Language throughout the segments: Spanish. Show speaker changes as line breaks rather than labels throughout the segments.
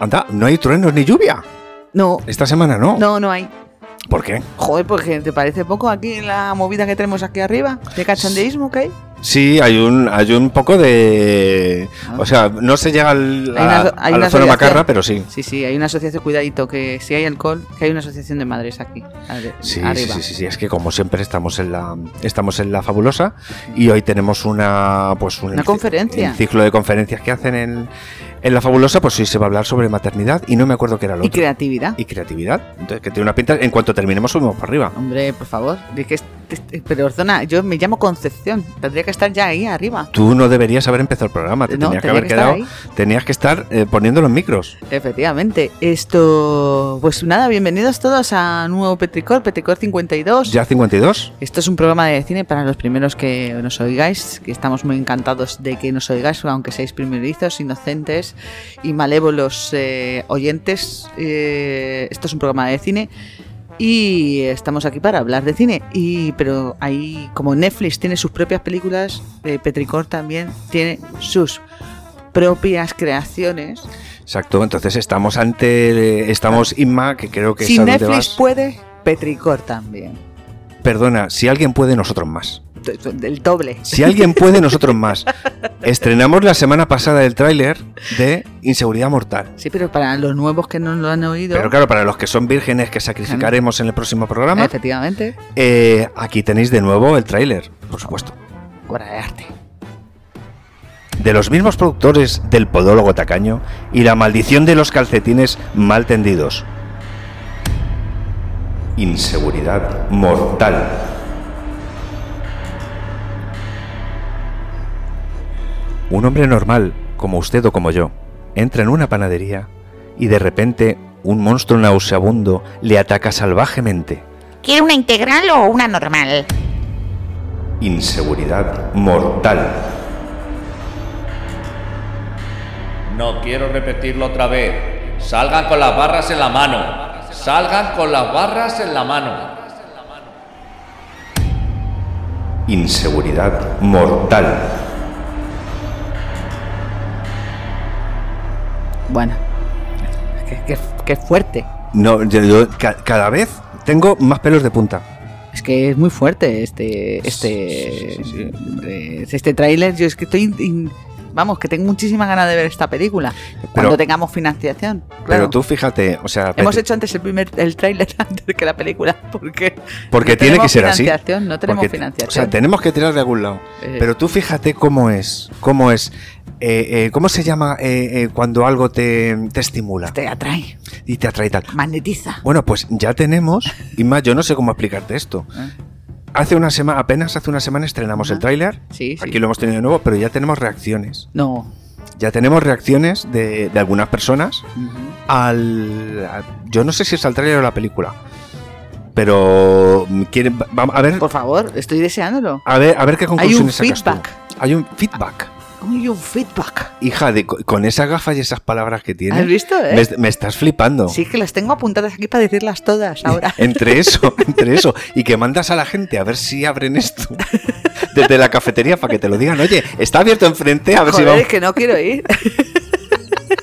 Anda, no hay truenos ni lluvia.
No,
Esta semana no.
no, no hay.
¿Por qué?
Joder, porque te parece poco aquí la movida que tenemos aquí arriba, de cachondeísmo que hay.
Sí, hay un, hay un poco de. O sea, no se llega al-
Ah. Hay
a, a
una- hay
la
una
zona
asociación.
macarra, pero sí.
Sí, sí, hay una asociación, cuidadito, que si hay alcohol, que hay una asociación de madres aquí, arri-
Sí, sí,
arriba.
sí, sí, sí, es que como siempre estamos en la estamos en la fabulosa y hoy tenemos una pues un,
Una conferencia.
un ciclo de conferencias que hacen en, en la fabulosa, pues sí se va a hablar sobre maternidad y no me acuerdo qué era lo
Y
otro.
creatividad.
y creatividad, entonces que tiene una pinta, en cuanto terminemos subimos para arriba.
Hombre, por favor, de que es- es- es- perdona, yo me llamo Concepción, tendría que estar ya ahí arriba.
Tú no deberías haber empezado el programa, Ah, te
No,
tenías que
tenía
haber
que estar
quedado,
ahí.
tenías que estar eh, poniendo los micros.
Efectivamente, esto, pues nada, bienvenidos todos a nuevo Petricor, Petricor 52.
Ya 52.
Esto es un programa de cine para los primeros que nos oigáis, que estamos muy encantados de que nos oigáis, aunque seáis primerizos, inocentes y malévolos eh, oyentes. Eh, esto es un programa de cine y estamos aquí para hablar de cine. Y pero ahí, como Netflix tiene sus propias películas, eh, Petricor también tiene sus propias creaciones.
Exacto, entonces estamos ante estamos Inma, que creo que
Si
sabe dónde
Netflix
vas.
puede, Petricor también.
Perdona, si alguien puede nosotros más.
Del doble.
Si alguien puede, nosotros más. Estrenamos la semana pasada el tráiler de Inseguridad Mortal.
Sí, pero para los nuevos que no lo han oído.
Pero claro, para los que son vírgenes que sacrificaremos en el próximo programa,
Efectivamente.
eh, aquí tenéis de nuevo el tráiler, por supuesto.
Obra de arte.
De los mismos productores del Podólogo Tacaño y la maldición de los calcetines mal tendidos. Inseguridad mortal. Un hombre normal, como usted o como yo, entra en una panadería y de repente un monstruo nauseabundo le ataca salvajemente.
¿Quiere una integral o una normal?
Inseguridad mortal.
No quiero repetirlo otra vez. Salgan con las barras en la mano. Salgan con las barras en la mano.
Inseguridad mortal.
Bueno. Qué, qué- qué fuerte.
No, yo, yo ca- cada vez tengo más pelos de punta.
Es que es muy fuerte este. Este.
Sí, sí, sí,
eh, Este tráiler. Yo es que estoy. in- in- vamos, que tengo muchísimas ganas de ver esta película. cuando tengamos financiación. claro.
Pero tú fíjate, o sea,
Hemos
Petri-
hecho antes el primer el tráiler antes que la película porque
porque tiene que
no tenemos
ser así.
financiación, no tenemos
Porque-
financiación.
O sea, tenemos que tirar de algún lado.
Eh.
Pero tú fíjate cómo es, cómo es, eh, eh, cómo se llama eh, eh, cuando algo te, te estimula
te atrae,
y te atrae y tal.
magnetiza.
Bueno, pues ya tenemos, y más, yo no sé cómo explicarte esto.
¿eh?
Hace una semana, apenas hace una semana estrenamos el
Ajá.
tráiler.
Ah. Sí, sí.
Aquí lo hemos tenido de nuevo, pero ya tenemos reacciones.
No.
Ya tenemos reacciones de- de algunas personas
Ujú.
al. a- yo no sé si es al tráiler o la película. Pero. mm, quiere- va- va- a, ver,
Por favor, estoy deseándolo.
a ver. A ver qué conclusiones
un
sacas tú.
feedback.
Hay un feedback.
Uy, un feedback.
Hija, de, co- con esa gafa y esas palabras que tiene.
¿Has visto, eh?
me, me estás flipando.
Sí, que las tengo apuntadas aquí para decirlas todas ahora.
Entre eso, entre eso. Y que mandas a la gente a ver si abren esto. Desde la cafetería para que te lo digan. Oye, está abierto enfrente, a ver
Joder,
si
es
vamos.
que no quiero ir.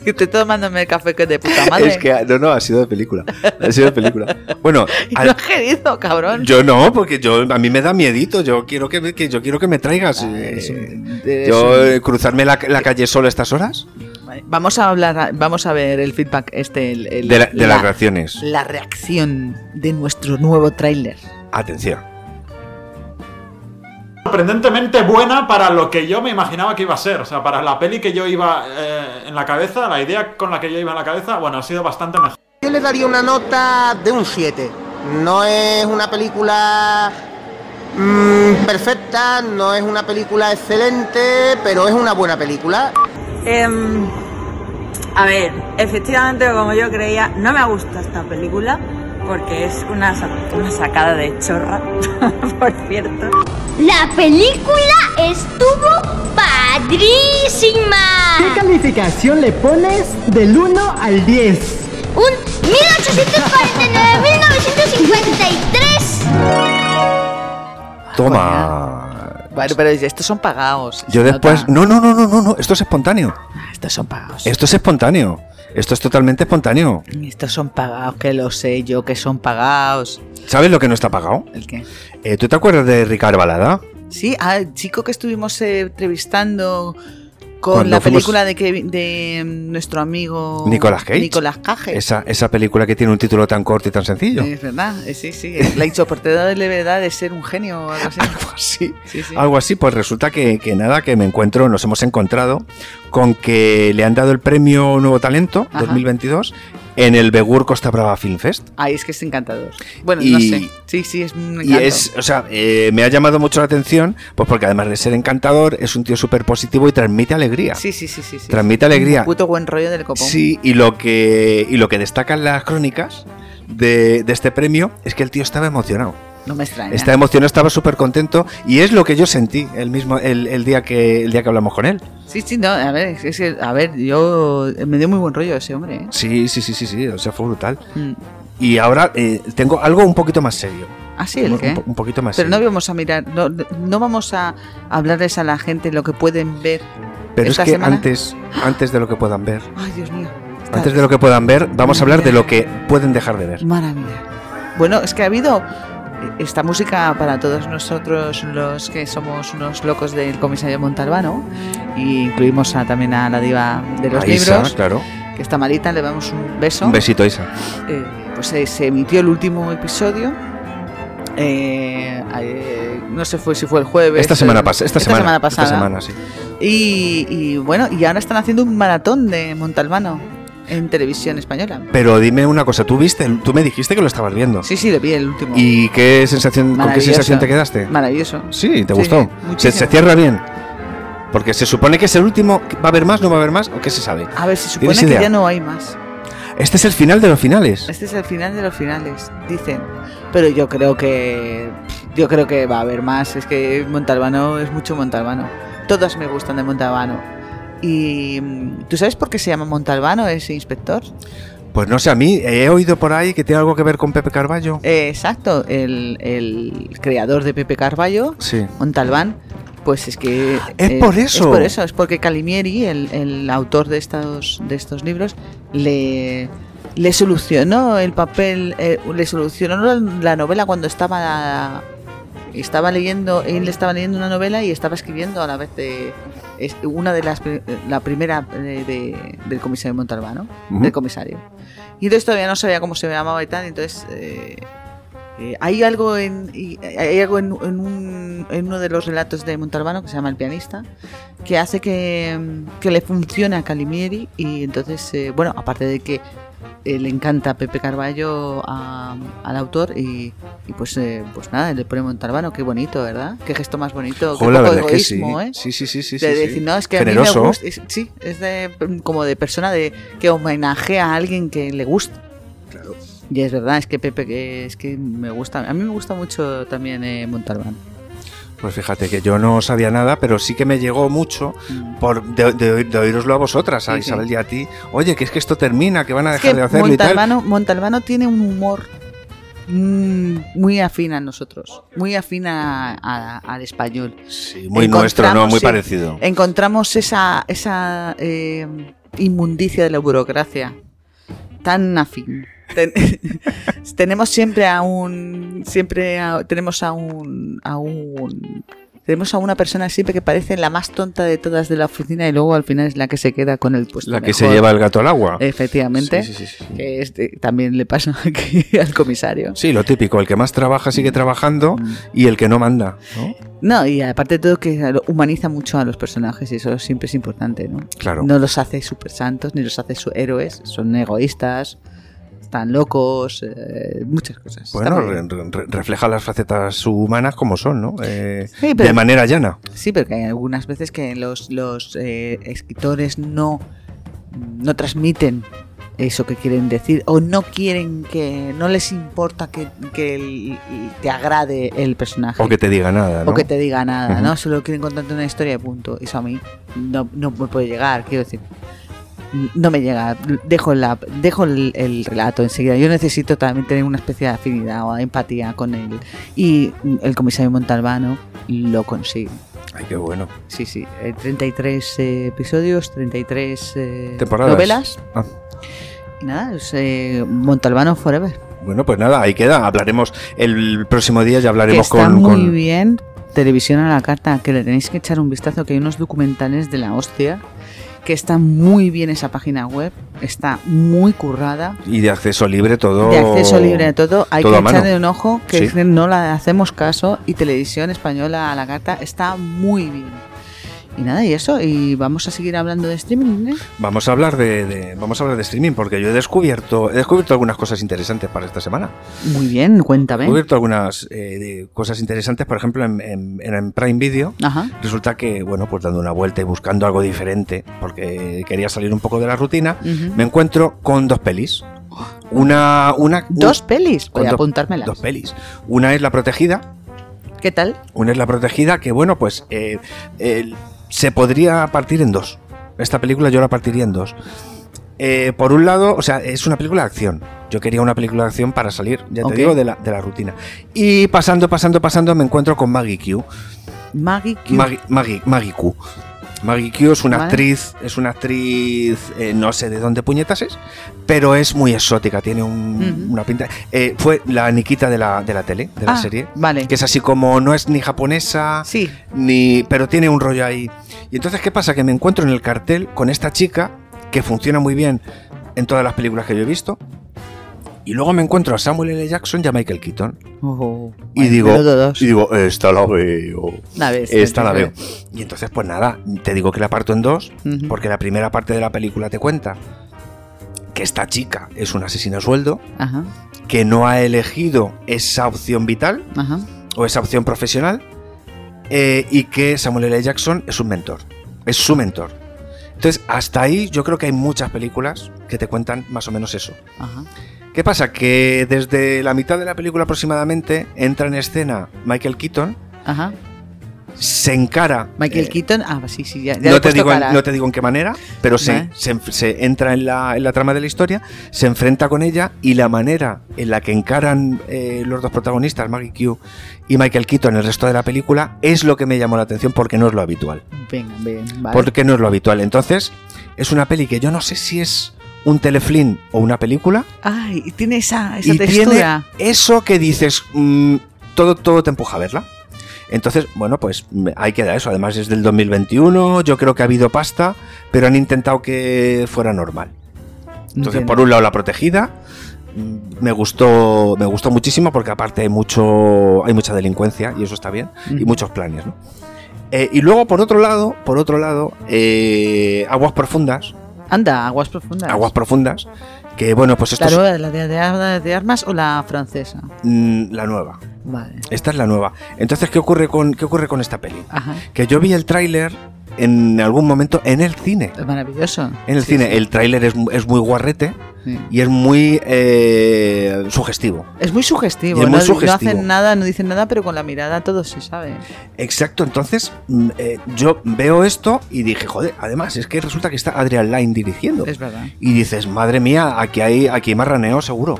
Que Estoy tomándome el café que es de puta madre.
Es que, no, no, ha sido de película. Ha sido de película. Bueno,
Y
al-
no has querido, cabrón.
Yo no, porque yo a mí me da miedito. Yo quiero que me, que yo quiero que me traigas.
Ah,
eh,
eres un- eres
yo
un-
eh, cruzarme la, la calle solo a estas horas
Vale, Vamos a hablar, vamos a ver el feedback este, el- el-
de, la- de las reacciones.
la reacción de nuestro nuevo tráiler.
Atención.
sorprendentemente buena para lo que yo me imaginaba que iba a ser. O sea, para la peli que yo iba eh, en la cabeza, la idea con la que yo iba en la cabeza, bueno, ha sido bastante mejor.
Yo le daría una nota de un 7. No es una película mm, perfecta, no es una película excelente, pero es una buena película.
Em, a ver, efectivamente, como yo creía, no me gusta esta película porque es una, sa- una sacada de chorra, por cierto.
La película estuvo padrísima.
calificación le pones del 1 al 10?
Un 1849.953.
Toma.
Ah, Bueno, pero estos son pagados.
Yo
se
después.
nota.
No,
Ah,
no, no, no, no, no. Esto es espontáneo.
Estos son pagados.
Esto es espontáneo. Esto es totalmente espontáneo.
Estos son pagados, que lo sé yo, que son pagados.
¿Sabes lo que no está pagado?
¿El qué?
Eh, ¿Tú te acuerdas de Ricardo Balada?
Sí, al chico que estuvimos eh, entrevistando con
Cuando
la
fuimos-
película de, Kevin- de mm, nuestro amigo
Nicolas Cage.
Nicolas Cage.
Esa, esa película que tiene un título tan corto y tan sencillo.
Es verdad, eh, sí, sí. eh, La insoportabilidad de levedad de ser un genio o algo así.
Algo así.
Sí, sí.
Algo así, pues resulta que, que nada, que me encuentro, nos hemos encontrado con que le han dado el premio Nuevo Talento
Ajá.
2022 en el Begur Costa Brava Film Fest.
Ay, es que es encantador. Bueno,
Y-
no sé. Sí, sí, es un
Y
encanto.
es, o sea, eh, me ha llamado mucho la atención, pues porque además de ser encantador, es un tío súper positivo y transmite alegría.
Sí, sí, sí, sí. sí.
Transmite alegría.
Un puto buen rollo del copón.
Sí, y lo que, y lo que destacan las crónicas de, de este premio es que el tío estaba emocionado.
No me extraña.
Estaba emocionado, estaba súper contento y es lo que yo sentí el mismo el, el día que el día que hablamos con él.
Sí, sí, no, a ver, es- es que, a ver, yo me dio muy buen rollo ese hombre, ¿eh?
Sí, sí, sí, sí, sí, o sea, fue brutal.
Mm.
Y ahora eh, tengo algo un poquito más serio.
Ah, sí, el
un,
qué.
po- un poquito más
Pero no
serio.
vamos a mirar, no, no vamos a hablarles a la gente lo que pueden ver.
Pero es
esta
que
semana- Ah,
antes antes de lo que puedan ver,
Ay, Dios mío. Está-
antes de lo que puedan ver, vamos a hablar de lo que pueden dejar de ver.
Maravilla. Bueno, es que ha habido eh, esta música para todos nosotros los que somos unos locos del comisario Montalbano y incluimos a- también a la diva de los
A Isa,
libros,
claro.
que está malita, le damos un beso.
Un besito, Isa.
Eh, pues eh, se emitió el último episodio. eh, eh, no sé fue, si fue el jueves.
Esta
eh,
semana pasada, esta, semana,
pasada.
Esta semana, sí.
Y, y bueno, y ahora están haciendo un maratón de Montalbano en televisión española.
Pero dime una cosa, tú viste, el- tú me dijiste que lo estabas viendo.
Sí, sí, le vi el último.
¿Y qué sensación, con qué
Maravilloso.
sensación te quedaste?
Maravilloso.
Sí, te
Sí,
gustó. Se,
muchísimo.
se cierra bien. Porque se supone que es el último. ¿Va a haber más? ¿No va a haber más? ¿O qué se sabe?
A ver, se supone
¿Tienes
que
idea?
ya no hay más.
Este es el final de los finales.
Este es el final de los finales, dicen. Pero yo creo que yo creo que va a haber más. Es que Montalbano es mucho Montalbano. Todas me gustan de Montalbano. Y mm, ¿tú sabes por qué se llama Montalbano ese inspector?
Pues no sé, a mí he oído por ahí que tiene algo que ver con Pepe Carballo.
Eh, exacto, el, el creador de Pepe Carballo,
Sí.
Montalbán. Pues es que
Es por eso.
es por eso, es porque Calimieri, el, el autor de estos de estos libros, le le solucionó el papel, eh, le solucionó la, la novela cuando estaba estaba leyendo, él estaba leyendo una novela y estaba escribiendo a la vez de es una de las pri- la primera eh, de- del comisario Montalbano,
Ujú.
del comisario. Y entonces todavía no sabía cómo se llamaba y tal, entonces eh, eh, hay algo en y- hay algo en, en un- en uno de los relatos de Montalbano que se llama El pianista que hace que, mm, que le funcione a Calimieri y entonces eh, bueno aparte de que eh, le encanta a Pepe Carballo a- al autor y, y pues eh, pues nada le pone Montalbano qué bonito verdad qué gesto más bonito qué
Jo, la
poco
verdad es que sí.
egoísmo eh
Sí, sí, sí, sí.
de
sí, sí.
decir, no, es que a mí
Generoso.
me gusta. es- sí, es de, mm, como de persona de que homenajea a alguien que le gusta. Y es verdad, es que Pepe, que es que me gusta. A mí me gusta mucho también eh, Montalbán.
Pues fíjate que yo no sabía nada, pero sí que me llegó mucho
Mm.
por de, de- de oíroslo a vosotras, a
Sí, sí.
Isabel y a ti. Oye, que es que esto termina, que van a
Es
dejar
que
de hacerlo y tal.
Montalbano, Montalbano tiene un humor mm, muy afín a nosotros, muy afín a- a- al español.
Sí, muy nuestro, ¿no?
Encontramos,
Muy
sí.
parecido.
encontramos esa, esa eh, inmundicia de la burocracia tan afín. Ten- tenemos siempre a un siempre a- tenemos a un a un tenemos a una persona siempre que parece la más tonta de todas de la oficina y luego al final es la que se queda con el puesto
La que se
mejor. eh,
lleva el gato al agua.
efectivamente
Sí, sí, sí, sí.
que este también le pasa aquí al comisario
Sí, lo típico, el que más trabaja sigue
Mm.
trabajando y el que no manda, ¿no?
No, y aparte de todo que humaniza mucho a los personajes y eso siempre es importante, ¿no?
Claro.
No los hace super santos, ni los hace su héroes, son egoístas, están locos, eh, muchas cosas. Está
Bueno,
muy bien.
re- re- refleja las facetas humanas como son, ¿no? Eh,
Sí, pero-
de manera llana.
Sí, pero que hay algunas veces que los, los eh, escritores no, no transmiten eso que quieren decir o no quieren que, no les importa que, que el- te agrade el personaje.
O que te diga nada, ¿no?
o que te diga nada,
Ujú.
¿no? Solo quieren contarte una historia y punto. Eso a mí no, no me puede llegar, quiero decir. No me llega, dejo, la, dejo el, el relato enseguida. Yo necesito también tener una especie de afinidad o de empatía con él. Y el comisario Montalbano lo consigue.
Ay, qué bueno.
Sí, sí. Eh, 33 episodios, 33 eh,
Temporadas.
novelas.
Ah.
Y nada, es, eh, Montalbano Forever.
Bueno, pues nada, ahí queda. Hablaremos el próximo día, ya
Que
hablaremos
está
con,
muy
con-
bien. Televisión a la carta, que le tenéis que echar un vistazo, que hay unos documentales de la hostia, que está muy bien esa página web, está muy currada,
y de acceso libre todo.
de acceso libre a todo, hay
todo
que
a mano.
echarle un ojo, que
Sí.
no la hacemos caso, y Televisión Española a la carta está muy bien. Y nada, y eso, y vamos a seguir hablando de streaming, ¿eh?
Vamos a hablar de, de- vamos a hablar de streaming porque yo he descubierto he descubierto algunas cosas interesantes para esta semana.
Muy bien,
He
cuéntame.
descubierto algunas eh, de- cosas interesantes, por ejemplo, en, en- en Prime Video.
Ajá.
Resulta que, bueno, pues dando una vuelta y buscando algo diferente, porque quería salir un poco de la rutina,
Ujú.
me encuentro con dos pelis. Una, una
Dos
un-
pelis,
con
voy a
dos-
apuntármelas.
Dos pelis. Una es La Protegida,
¿Qué tal?
una es La Protegida, que bueno, pues eh, eh, se podría partir en dos. Esta película yo la partiría en dos. Eh, por un lado, o sea, es una película de acción. Yo quería una película de acción para salir, ya
Ok.
te digo, de la, de la rutina. Y pasando, pasando, pasando, me encuentro con Maggie Q.
Maggie Q.
Maggie, Maggie, Maggie Q. Maggie Q es una
Vale.
actriz, es una actriz, eh, no sé de dónde puñetas es, pero es muy exótica, tiene un-
Ujú.
una pinta. eh, fue la Nikita de la, de la tele, de la
Ah,
serie.
vale.
Que es así como no es ni japonesa,
Sí.
ni, pero tiene un rollo ahí. Y entonces, ¿qué pasa? Que me encuentro en el cartel con esta chica que funciona muy bien en todas las películas que yo he visto. Y luego me encuentro a Samuel L. Jackson y a Michael Keaton.
Ojo.
Y
Ay,
digo,
menudo dos.
y digo, esta la veo.
La ves,
Esta
la
la veo.
ves.
Y entonces, pues nada, te digo que la parto en dos,
Ujú.
porque la primera parte de la película te cuenta que esta chica es una asesina a sueldo,
Ajá,
que no ha elegido esa opción vital
ajá.
o esa opción profesional, eh, y que Samuel L. Jackson es un mentor. Es su mentor. Entonces, hasta ahí yo creo que hay muchas películas que te cuentan más o menos eso.
Ajá.
¿Qué pasa? Que desde la mitad de la película aproximadamente entra en escena Michael Keaton,
Ajá.
se encara.
Michael
eh,
Keaton. Ah, sí, sí, ya. ya le he
no, te
puesto
digo en,
cara.
no te digo en qué manera, pero se,
Vale.
se, se entra en la, en la trama de la historia, se enfrenta con ella y la manera en la que encaran eh, los dos protagonistas, Maggie Q y Michael Keaton, el resto de la película, es lo que me llamó la atención porque no es lo habitual.
Venga, bien, vale.
Porque no es lo habitual. Entonces, es una peli que yo no sé si es un telefilm o una película.
Ay, y tiene esa, esa
y
textura.
tiene eso que dices, mm, todo, todo te empuja a verla. Entonces, bueno, pues mm, ahí queda eso. Además es del 2021, yo creo que ha habido pasta, pero han intentado que fuera normal. Entonces,
Entiendo.
por un lado, la protegida. mm, Me gustó, me gustó muchísimo porque aparte hay mucho, hay mucha delincuencia y eso está bien y
Ujú.
muchos planes. ¿no? Eh, y luego por otro lado, por otro lado, eh, aguas profundas,
Anda, aguas profundas.
aguas profundas, que bueno, pues esto
¿La
es
nueva, la de, de- de armas o la francesa?
mm, la nueva.
Vale.
Esta es la nueva. Entonces, ¿qué ocurre con, qué ocurre con esta peli?
Ajá.
Que yo vi el tráiler en algún momento en el cine.
Es maravilloso.
En el
Sí,
cine, el tráiler es, mu- es muy guarrete
sí.
y es muy eh, sugestivo.
Es muy sugestivo.
Y es muy
no,
sugestivo.
no hacen nada, no dicen nada, pero con la mirada todo se sabe.
Exacto, entonces mm, eh, yo veo esto y dije, joder, además es que resulta que está Adrian Lyne dirigiendo.
Es verdad.
Y dices, madre mía, aquí hay, aquí hay marraneo seguro.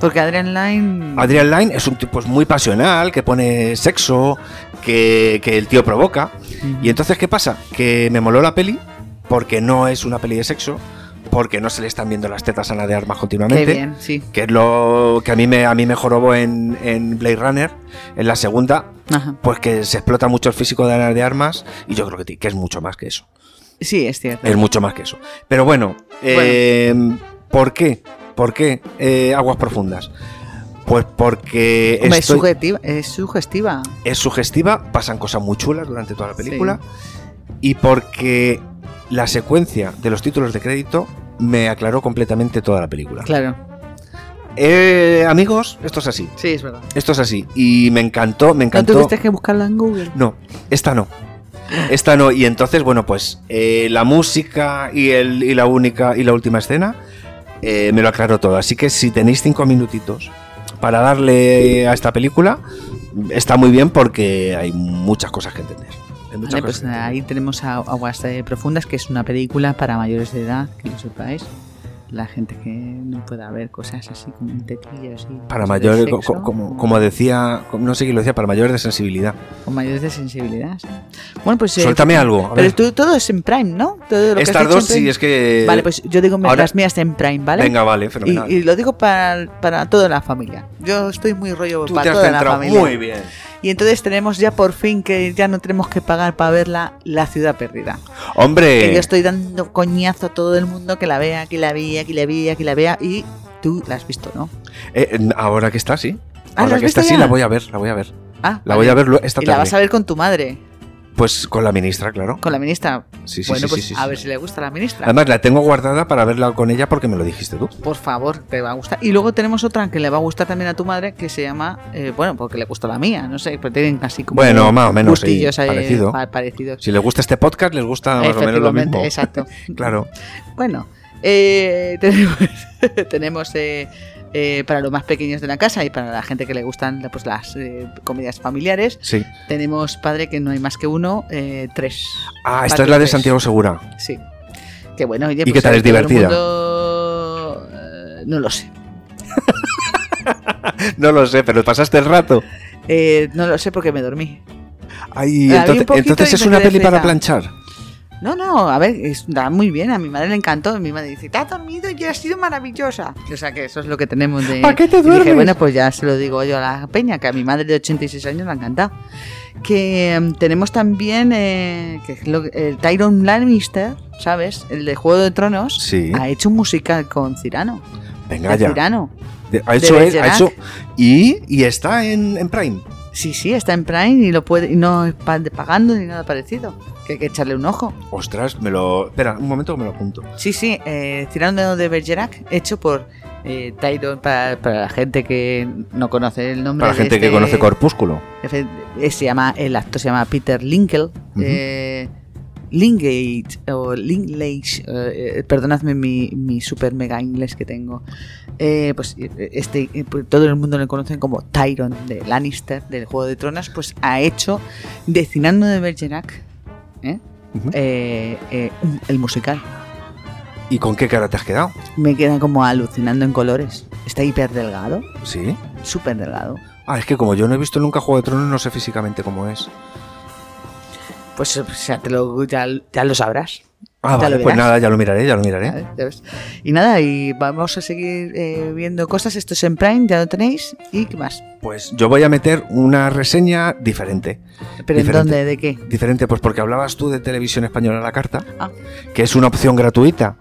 Porque Adrian Line.
Adrian Lyne es un tipo pues, muy pasional, que pone sexo, que, que el tío provoca. Y entonces, ¿qué pasa? Que me moló la peli, porque no es una peli de sexo, porque no se le están viendo las tetas a la de armas
Qué
continuamente.
bien, sí.
Que es lo que a mí me, a mí me jorobó en, en Blade Runner, en la segunda,
Ajá.
pues que se explota mucho el físico de Ana de Armas, y yo creo que, ti- que es mucho más que eso.
Sí, es cierto.
Es mucho más que eso. Pero bueno, eh, ¿por qué? ¿Por qué eh, Aguas Profundas? Pues porque
Hombre,
estoy-
es, sugestiva, es sugestiva.
es sugestiva, pasan cosas muy chulas durante toda la película y porque la secuencia de los títulos de crédito me aclaró completamente toda la película.
Claro.
Eh, amigos, esto es así.
Sí, es verdad.
Esto es así. Y me encantó, me
¿No
encantó.
tuviste que buscarla en Google?
No, esta no. Esta no. Y entonces, bueno, pues eh, la música y, el, y la única y la última escena eh, me lo aclaró todo. Así que si tenéis cinco minutitos para darle a esta película, está muy bien porque hay muchas cosas que entender. Hay muchas cosas
Vale, pues
que entender.
ahí tenemos a- Aguas eh, Profundas, que es una película para mayores de edad, que lo sepáis. la gente que no pueda ver cosas así como en tetillas y
Para
cosas de
mayor, co-
sexo,
co- como, como decía, como- no sé quién lo decía, para mayores de sensibilidad.
con mayores de sensibilidad. sí. Bueno, pues eh,
Suéltame algo. a ver.
Pero tú- todo es en Prime, ¿no? Todo lo que has
Estas
dicho
dos
en Prime.
sí, es que.
Vale, pues yo digo me-
ahora-
las mías en Prime, ¿vale?
Venga, vale,
y,
fenomenal.
y lo digo para, para toda la familia. Yo estoy muy rollo
Tú te
para
has
toda la
centrado
familia.
muy bien.
Y entonces tenemos ya por fin que ya no tenemos que pagar para verla La Ciudad Perdida. Que
Hombre,
yo estoy dando coñazo a todo el mundo que la vea, que la vea, que la vea, que la vea. Y tú la has visto, ¿no?
eh, eh, ahora que está, sí.
Ah, ¿la
ahora
has
que está,
visto
sí,
ya?
la voy a ver, la voy a ver.
Ah,
La
vale.
voy a ver lu- esta
Y
tarde.
la vas a ver con tu madre,
Pues con la ministra, claro.
con la ministra.
Sí, sí,
bueno,
sí,
pues
sí, sí,
a
sí.
ver si le gusta a la ministra.
Además, la tengo guardada para verla con ella porque me lo dijiste tú.
Por favor, te va a gustar. Y luego tenemos otra que le va a gustar también a tu madre, que se llama, eh, bueno, porque le gustó la mía, no sé, pero tienen así como
Bueno, más o menos,
gustillos
sí,
eh,
parecido.
pa- parecidos.
Si les gusta este podcast, les gusta más o menos lo
Efectivamente,
mismo.
exacto.
Claro.
Bueno, eh, tenemos, tenemos, eh, eh, para los más pequeños de la casa y para la gente que le gustan pues, las eh, comidas familiares,
Sí.
tenemos Padre que no hay más que uno, eh, tres.
Ah, esta
Patio
es la de
tres.
Santiago Segura.
Sí. Que bueno, oye,
¿Y
pues
qué tal?
a
¿Es
todo el
divertida?
mundo, eh, no lo sé.
No lo sé, pero pasaste el rato.
Eh, no lo sé porque me dormí.
Ay,
La vi un
entonces,
poquito
entonces
y
es
me
una
quedé
peli para
frita.
planchar.
No, no, a ver, está muy bien. A mi madre le encantó. Mi madre dice, te has dormido y ha sido maravillosa. O sea que eso es lo que tenemos de...
¿Pa' qué te
Y dije,
duermes?
bueno, pues ya se lo digo yo a la peña, que a mi madre de 86 años le ha encantado. Que em, tenemos también eh, que es lo- el Tyron Lannister, ¿sabes? El de Juego de Tronos.
Sí.
Ha hecho un musical con Cirano.
Venga
de
ya.
Cirano.
De- ha hecho, es- ha
Bergerac.
hecho- y, y está en, en Prime.
Sí, sí, está en Prime y, lo puede, y no es pa- pagando ni nada parecido. Que hay que echarle un ojo.
Ostras, me lo. Espera, un momento que me lo apunto.
Sí, sí, eh, Tirando de Bergerac, hecho por eh, Tyron, para, para la gente que no conoce el nombre.
Para la
de
gente que
este-
conoce Corpúsculo.
efe- eh, se llama, el actor se llama Peter Linkle. eh, Lingate, o Linklage, eh, eh, perdonadme mi, mi super mega inglés que tengo. Eh, pues eh, este, eh, pues, todo el mundo le conocen como Tyron de Lannister, del Juego de Tronos, pues ha hecho de Cinando de Bergerac ¿eh?
Ujú.
Eh, eh, un- el musical
¿Y con qué cara te has quedado?
me queda como alucinando en colores. Está hiper delgado,
Sí.
súper delgado.
Ah, es que como yo no he visto nunca Juego de Tronos, no sé físicamente cómo es.
Pues o sea, te lo, ya, ya lo sabrás.
Ah,
Ya
vale,
lo
pues
verás.
nada, ya lo miraré, ya lo miraré.
¿sabes? Ya ves. Y nada, y vamos a seguir eh, viendo cosas. Esto es en Prime, ya lo tenéis. ¿Y qué más?
Pues yo voy a meter una reseña diferente.
¿Pero
Diferente.
en dónde? ¿De qué?
Diferente, pues porque hablabas tú de televisión española a la carta,
Ah.
que es una opción gratuita,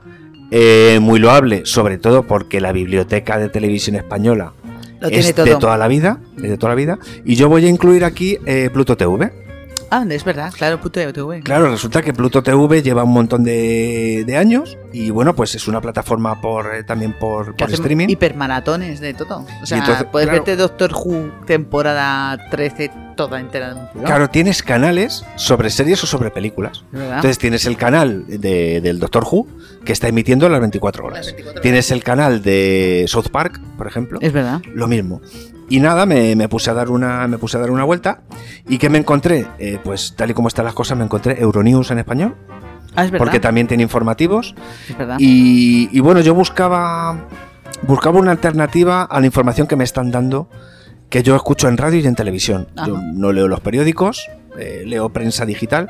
eh, muy loable, sobre todo porque la biblioteca de televisión española
Lo
es
tiene
de
todo.
toda la vida, es de toda la vida, y yo voy a incluir aquí eh, Pluto TV.
Ah, es verdad, claro, puto YouTube.
Claro, resulta que Pluto TV lleva un montón de, de años y bueno, pues es una plataforma por eh, también por,
Que
por
hacen
streaming.
Hipermaratones de todo. O sea,
entonces,
puedes
claro.
verte Doctor Who temporada 13 toda entera de un tirón,
Claro, tienes canales sobre series o sobre películas.
¿verdad?
Entonces tienes el canal de- del Doctor Who que está emitiendo las 24 horas. Tienes el canal de South Park, por ejemplo.
es verdad.
Lo mismo. Y nada, me, me puse a dar una me puse a dar una vuelta y que me encontré, Eh, pues tal y como están las cosas, me encontré Euronews en español,
Ah, es verdad.
porque también tiene informativos.
es verdad.
Y, y bueno, yo buscaba buscaba una alternativa a la información que me están dando que yo escucho en radio y en televisión.
Ajá.
Yo no leo los periódicos, eh, leo prensa digital,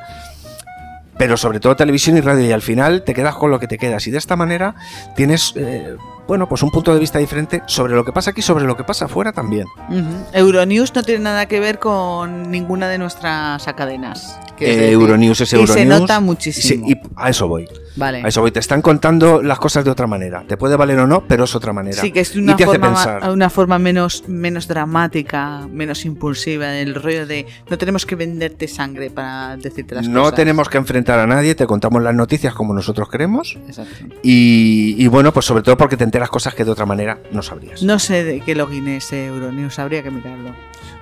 pero sobre todo televisión y radio y al final te quedas con lo que te quedas y de esta manera tienes eh, bueno, pues un punto de vista diferente sobre lo que pasa aquí, sobre lo que pasa afuera también.
Ujú. Euronews no tiene nada que ver con ninguna de nuestras cadenas.
Eh,
Quiero decir,
Euronews es
y
Euronews.
se nota
Y sí,
muchísimo.
y a eso voy.
vale.
A eso voy. Te están contando las cosas de otra manera. Te puede valer o no, pero es otra manera.
Sí, que es
y
una
te hace
forma,
pensar.
ma- una forma menos, menos dramática, menos impulsiva, del rollo de no tenemos que venderte sangre para decirte las
no
cosas.
tenemos que enfrentar a nadie, te contamos las noticias como nosotros queremos
Exacto.
y, y bueno, pues sobre todo porque te enteras cosas que de otra manera no sabrías.
No sé de qué login es Euronews, habría que mirarlo,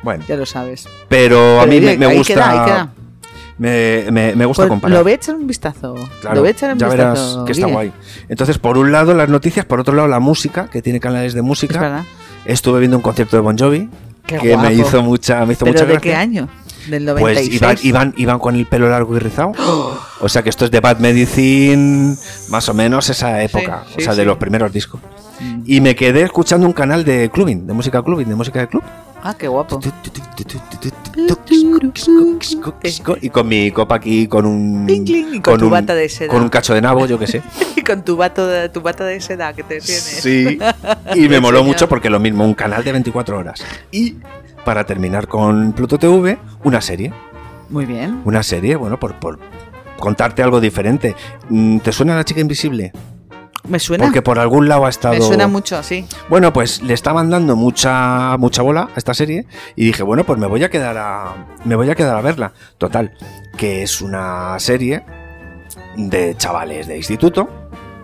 Bueno,
ya lo sabes.
pero, a
Pero
mí me,
oye,
me
ahí
gusta,
queda, ahí queda.
Me, me- me gusta
Pues
comparar.
lo voy a echar un vistazo.
Claro,
lo voy a echar un
ya
vistazo.
verás que está
Guille.
guay. Entonces, por un lado las noticias, por otro lado la música, que tiene canales de
Es
música.
verdad.
Estuve viendo un concierto de Bon Jovi
Qué
que
guapo.
me hizo mucha, me hizo
¿Pero
mucha
de
gracia.
qué año? del
Pues
96.
iban, iban, iban con el pelo largo y rizado. O sea que esto es de Bad Medicine, más o menos esa época, o
sí,
sea, de
sí.
los primeros discos.
Mm.
Y me quedé escuchando un canal de clubbing, de música clubbing, de música de club.
Ah, qué guapo.
Y con mi copa aquí, con un.
Cling, cling, y con tu
un-
bata de seda.
Con un cacho de nabo, yo qué sé.
Y con tu, bato de, tu bata de seda que te tienes.
Sí. Y me
Sí,
moló
señor.
mucho porque lo mismo, un canal de 24 horas. Y para terminar con Pluto TV, una serie.
Muy bien.
Una serie, bueno, por, por contarte algo diferente. Mm, ¿Te suena la chica invisible?
Me suena.
Porque por algún lado ha estado.
Me suena mucho, sí.
Bueno, pues le estaban dando mucha mucha bola a esta serie y dije, bueno, pues me voy a quedar a me voy a quedar a verla. Total, que es una serie de chavales de instituto.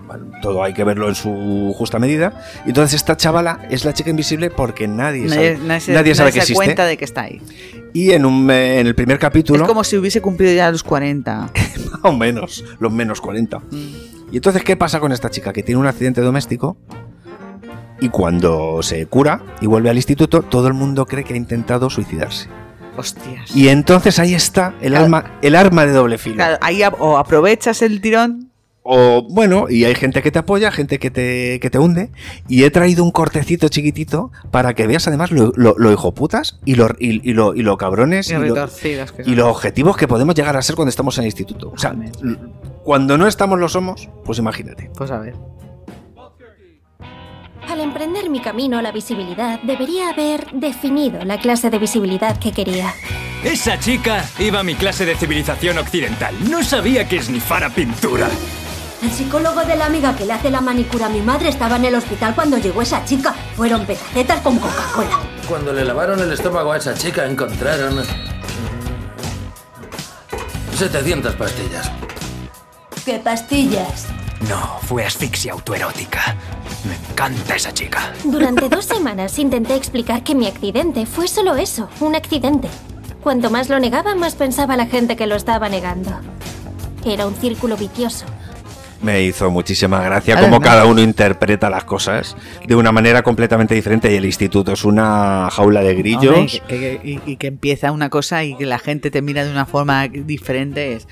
Bueno, todo hay que verlo en su justa medida. Y Entonces esta chavala es la chica invisible porque nadie,
Nadie,
sabe,
nadie se-
nadie sabe
nadie
que
se da
existe.
cuenta de que está ahí.
Y en un eh, en el primer capítulo,
Es como si hubiese cumplido ya los 40.
más o menos, los menos 40.
Mm.
Y entonces, ¿qué pasa con esta chica? Que tiene un accidente doméstico y cuando se cura y vuelve al instituto, todo el mundo cree que ha intentado suicidarse.
Hostias.
Y entonces ahí está el,
Claro.
alma, el arma de doble filo.
Claro, ahí a- o aprovechas el tirón.
O bueno, y hay gente que te apoya, gente que te, que te hunde. Y he traído un cortecito chiquitito para que veas además lo, lo, lo hijoputas y lo, y, y lo, y lo cabrones
Y
y lo-
retorcidos que
y
son.
los objetivos que podemos llegar a ser cuando estamos en el instituto. O sea,
Amén.
l- cuando no estamos lo somos, pues imagínate.
Pues a ver.
Al emprender mi camino a la visibilidad, debería haber definido la clase de visibilidad que quería.
Esa chica iba a mi clase de civilización occidental. No sabía que esnifara pintura.
El psicólogo de la amiga que le hace la manicura a mi madre estaba en el hospital cuando llegó esa chica. Fueron petacetas con Coca-Cola.
Cuando le lavaron el estómago a esa chica encontraron... 700 pastillas.
¿Qué pastillas?
No, fue asfixia autoerótica. Me encanta esa chica.
Durante dos semanas intenté explicar que mi accidente fue solo eso, un accidente. Cuanto más lo negaba, más pensaba la gente que lo estaba negando. Era un círculo vicioso.
Me hizo muchísima gracia
Además.
cómo cada uno interpreta las cosas de una manera completamente diferente y el instituto es una jaula de grillos.
Hombre, que- que- que- y, y que empieza una cosa y que la gente te mira de una forma diferente. es-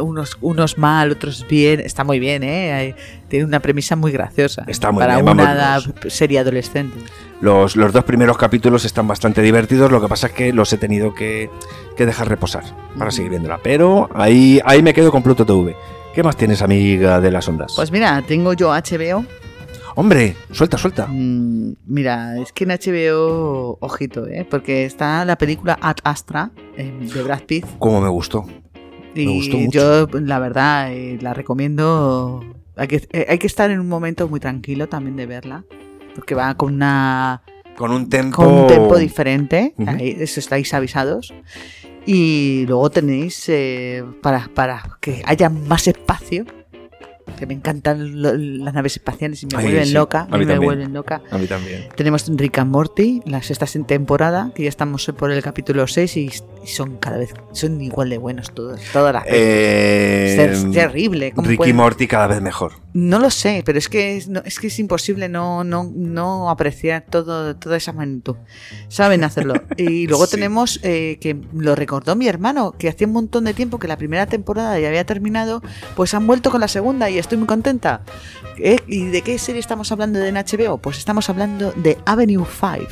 unos, unos mal, otros bien. Está muy bien, ¿eh? Hay- Tiene una premisa muy graciosa.
Está muy
Para
bien,
una
vamos,
edad serie adolescente.
Los, los dos primeros capítulos están bastante divertidos, lo que pasa es que los he tenido que, que dejar reposar para seguir viéndola. Pero ahí, ahí me quedo con Pluto TV. ¿Qué más tienes, amiga de las ondas?
Pues mira, tengo yo HBO.
Hombre, suelta, suelta.
Mm, mira, es que en HBO, ojito, ¿eh? Porque está la película Ad Astra eh, de Brad Pitt.
Cómo me gustó.
Y
Me gustó mucho.
yo, la verdad, eh, la recomiendo. Hay que, eh, hay que estar en un momento muy tranquilo también de verla. Porque va con una
Con un tempo...
con un tempo diferente.
Ujú.
ahí- eso estáis avisados. Y luego tenéis eh, para, para que haya más espacio. Que me encantan lo- las naves espaciales y me
Ay,
vuelven
sí,
loca.
a mí
a mí me
también.
vuelven loca.
A mí también.
Tenemos Rick and Morty, la sexta sin temporada, que ya estamos por el capítulo 6 y, y son cada vez son igual de buenos todos, todas las Es terrible. ¿cómo
Eh, Ricky
pueden-
Morty cada vez mejor.
No lo sé, pero es que es, no- es que es imposible no, no, no apreciar todo, toda esa magnitud. Saben hacerlo. Y luego
Sí.
tenemos eh, que lo recordó mi hermano, que hacía un montón de tiempo que la primera temporada ya había terminado, pues han vuelto con la segunda y estoy muy contenta. ¿Eh? ¿Y de qué serie estamos hablando en HBO? Pues estamos hablando de Avenue 5.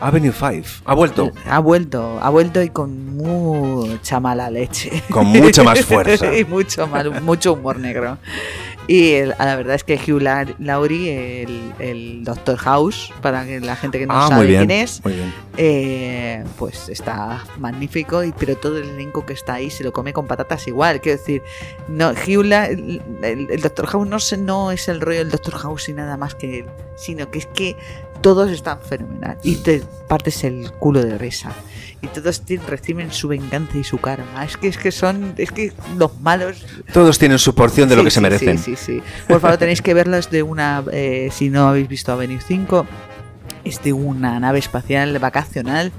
Avenue 5. Ha vuelto.
Ha vuelto, ha vuelto y con mucha mala leche.
Con mucha más fuerza.
y mucho, mal- mucho humor negro. Y el- ah, la verdad es que Hugh La- Laurie, el, el Doctor House, para que la gente que no
ah,
sabe
muy bien.
quién es,
Muy bien.
eh, pues está magnífico, y, pero todo el elenco que está ahí se lo come con patatas igual. Quiero decir, no, Hugh La- el, Doctor House no, se- no es el rollo del Doctor House y nada más que él, sino que es que todos están fenomenal y te partes el culo de risa. Y todos te- reciben su venganza y su karma. Es que, es que son, es que los malos
Todos tienen su porción de lo
Sí,
que se
sí,
merecen.
Sí, sí, sí. Por favor, tenéis que verlas de una. eh, si no habéis visto Avenue 5, es de una nave espacial vacacional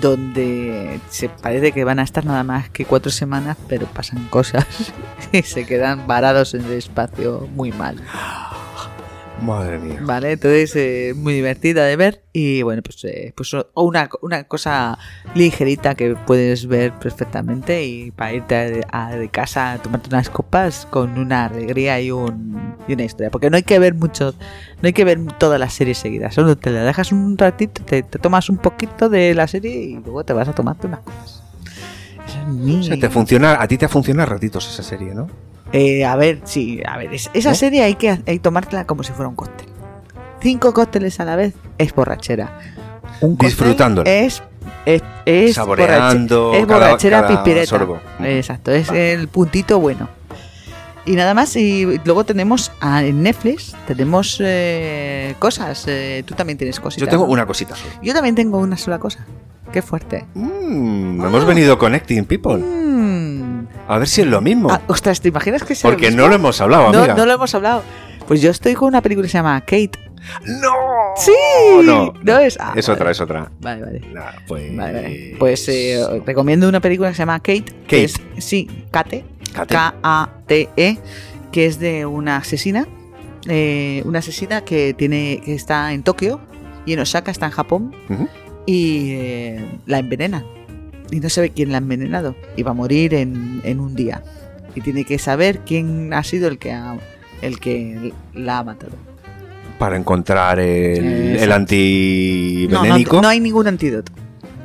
donde se parece que van a estar nada más que cuatro semanas, pero pasan cosas y se quedan varados en el espacio muy mal.
Madre mía.
Vale, entonces eh, muy divertida de ver y bueno, pues, eh, pues o- o una, una cosa ligerita que puedes ver perfectamente y para irte de- a- de casa a tomarte unas copas con una alegría y, un, y una historia. Porque no hay que ver mucho, no hay que ver todas las series seguidas, solo te la dejas un ratito, te, te tomas un poquito de la serie y luego te vas a tomarte unas copas. Esa es mi-
O sea, te funciona, a ti te funciona a ratitos esa serie, ¿no?
eh, a ver, sí, a ver, es- esa
¿No?
serie hay que ha- hay que tomártela como si fuera un cóctel. Cinco cócteles a la vez es borrachera. Un cóctel
Disfrutándola.
Es, es, es
Saboreando
borrache- es
cada-
borrachera
cada
pispireta.
sorbo.
Exacto, es el puntito bueno. Y nada más, y luego tenemos a, en Netflix, tenemos eh, cosas. eh, tú también tienes cositas.
Yo tengo
¿no?
una cosita.
Yo también tengo una sola cosa. Qué fuerte.
Mm,
Ah.
hemos venido connecting people.
Mm.
A ver si es lo mismo.
Ah, ostras, ¿te imaginas que sea lo
Oh. Porque
mismo?
no lo hemos hablado,
no,
amiga.
no lo hemos hablado. Pues yo estoy con una película que se llama Kate.
¡No!
¡Sí!
no, no.
es. ah,
es otra, es otra.
Vale, vale.
Nah, pues.
Vale, vale. Pues eh, os recomiendo una película que se llama Kate.
Kate.
que es- sí, Kate.
Kate.
K-A-T-E. E, Que es de una asesina. eh, una asesina que, tiene, que está en Tokio y en Osaka está en Japón.
Ujú.
Y eh, la envenenan. Y no sabe quién la ha envenenado. Y va a morir en, en un día. Y tiene que saber quién ha sido el que, ha- el que la ha matado.
Para encontrar el,
Exacto.
el
No, no,
antivenénico.
no hay ningún antídoto.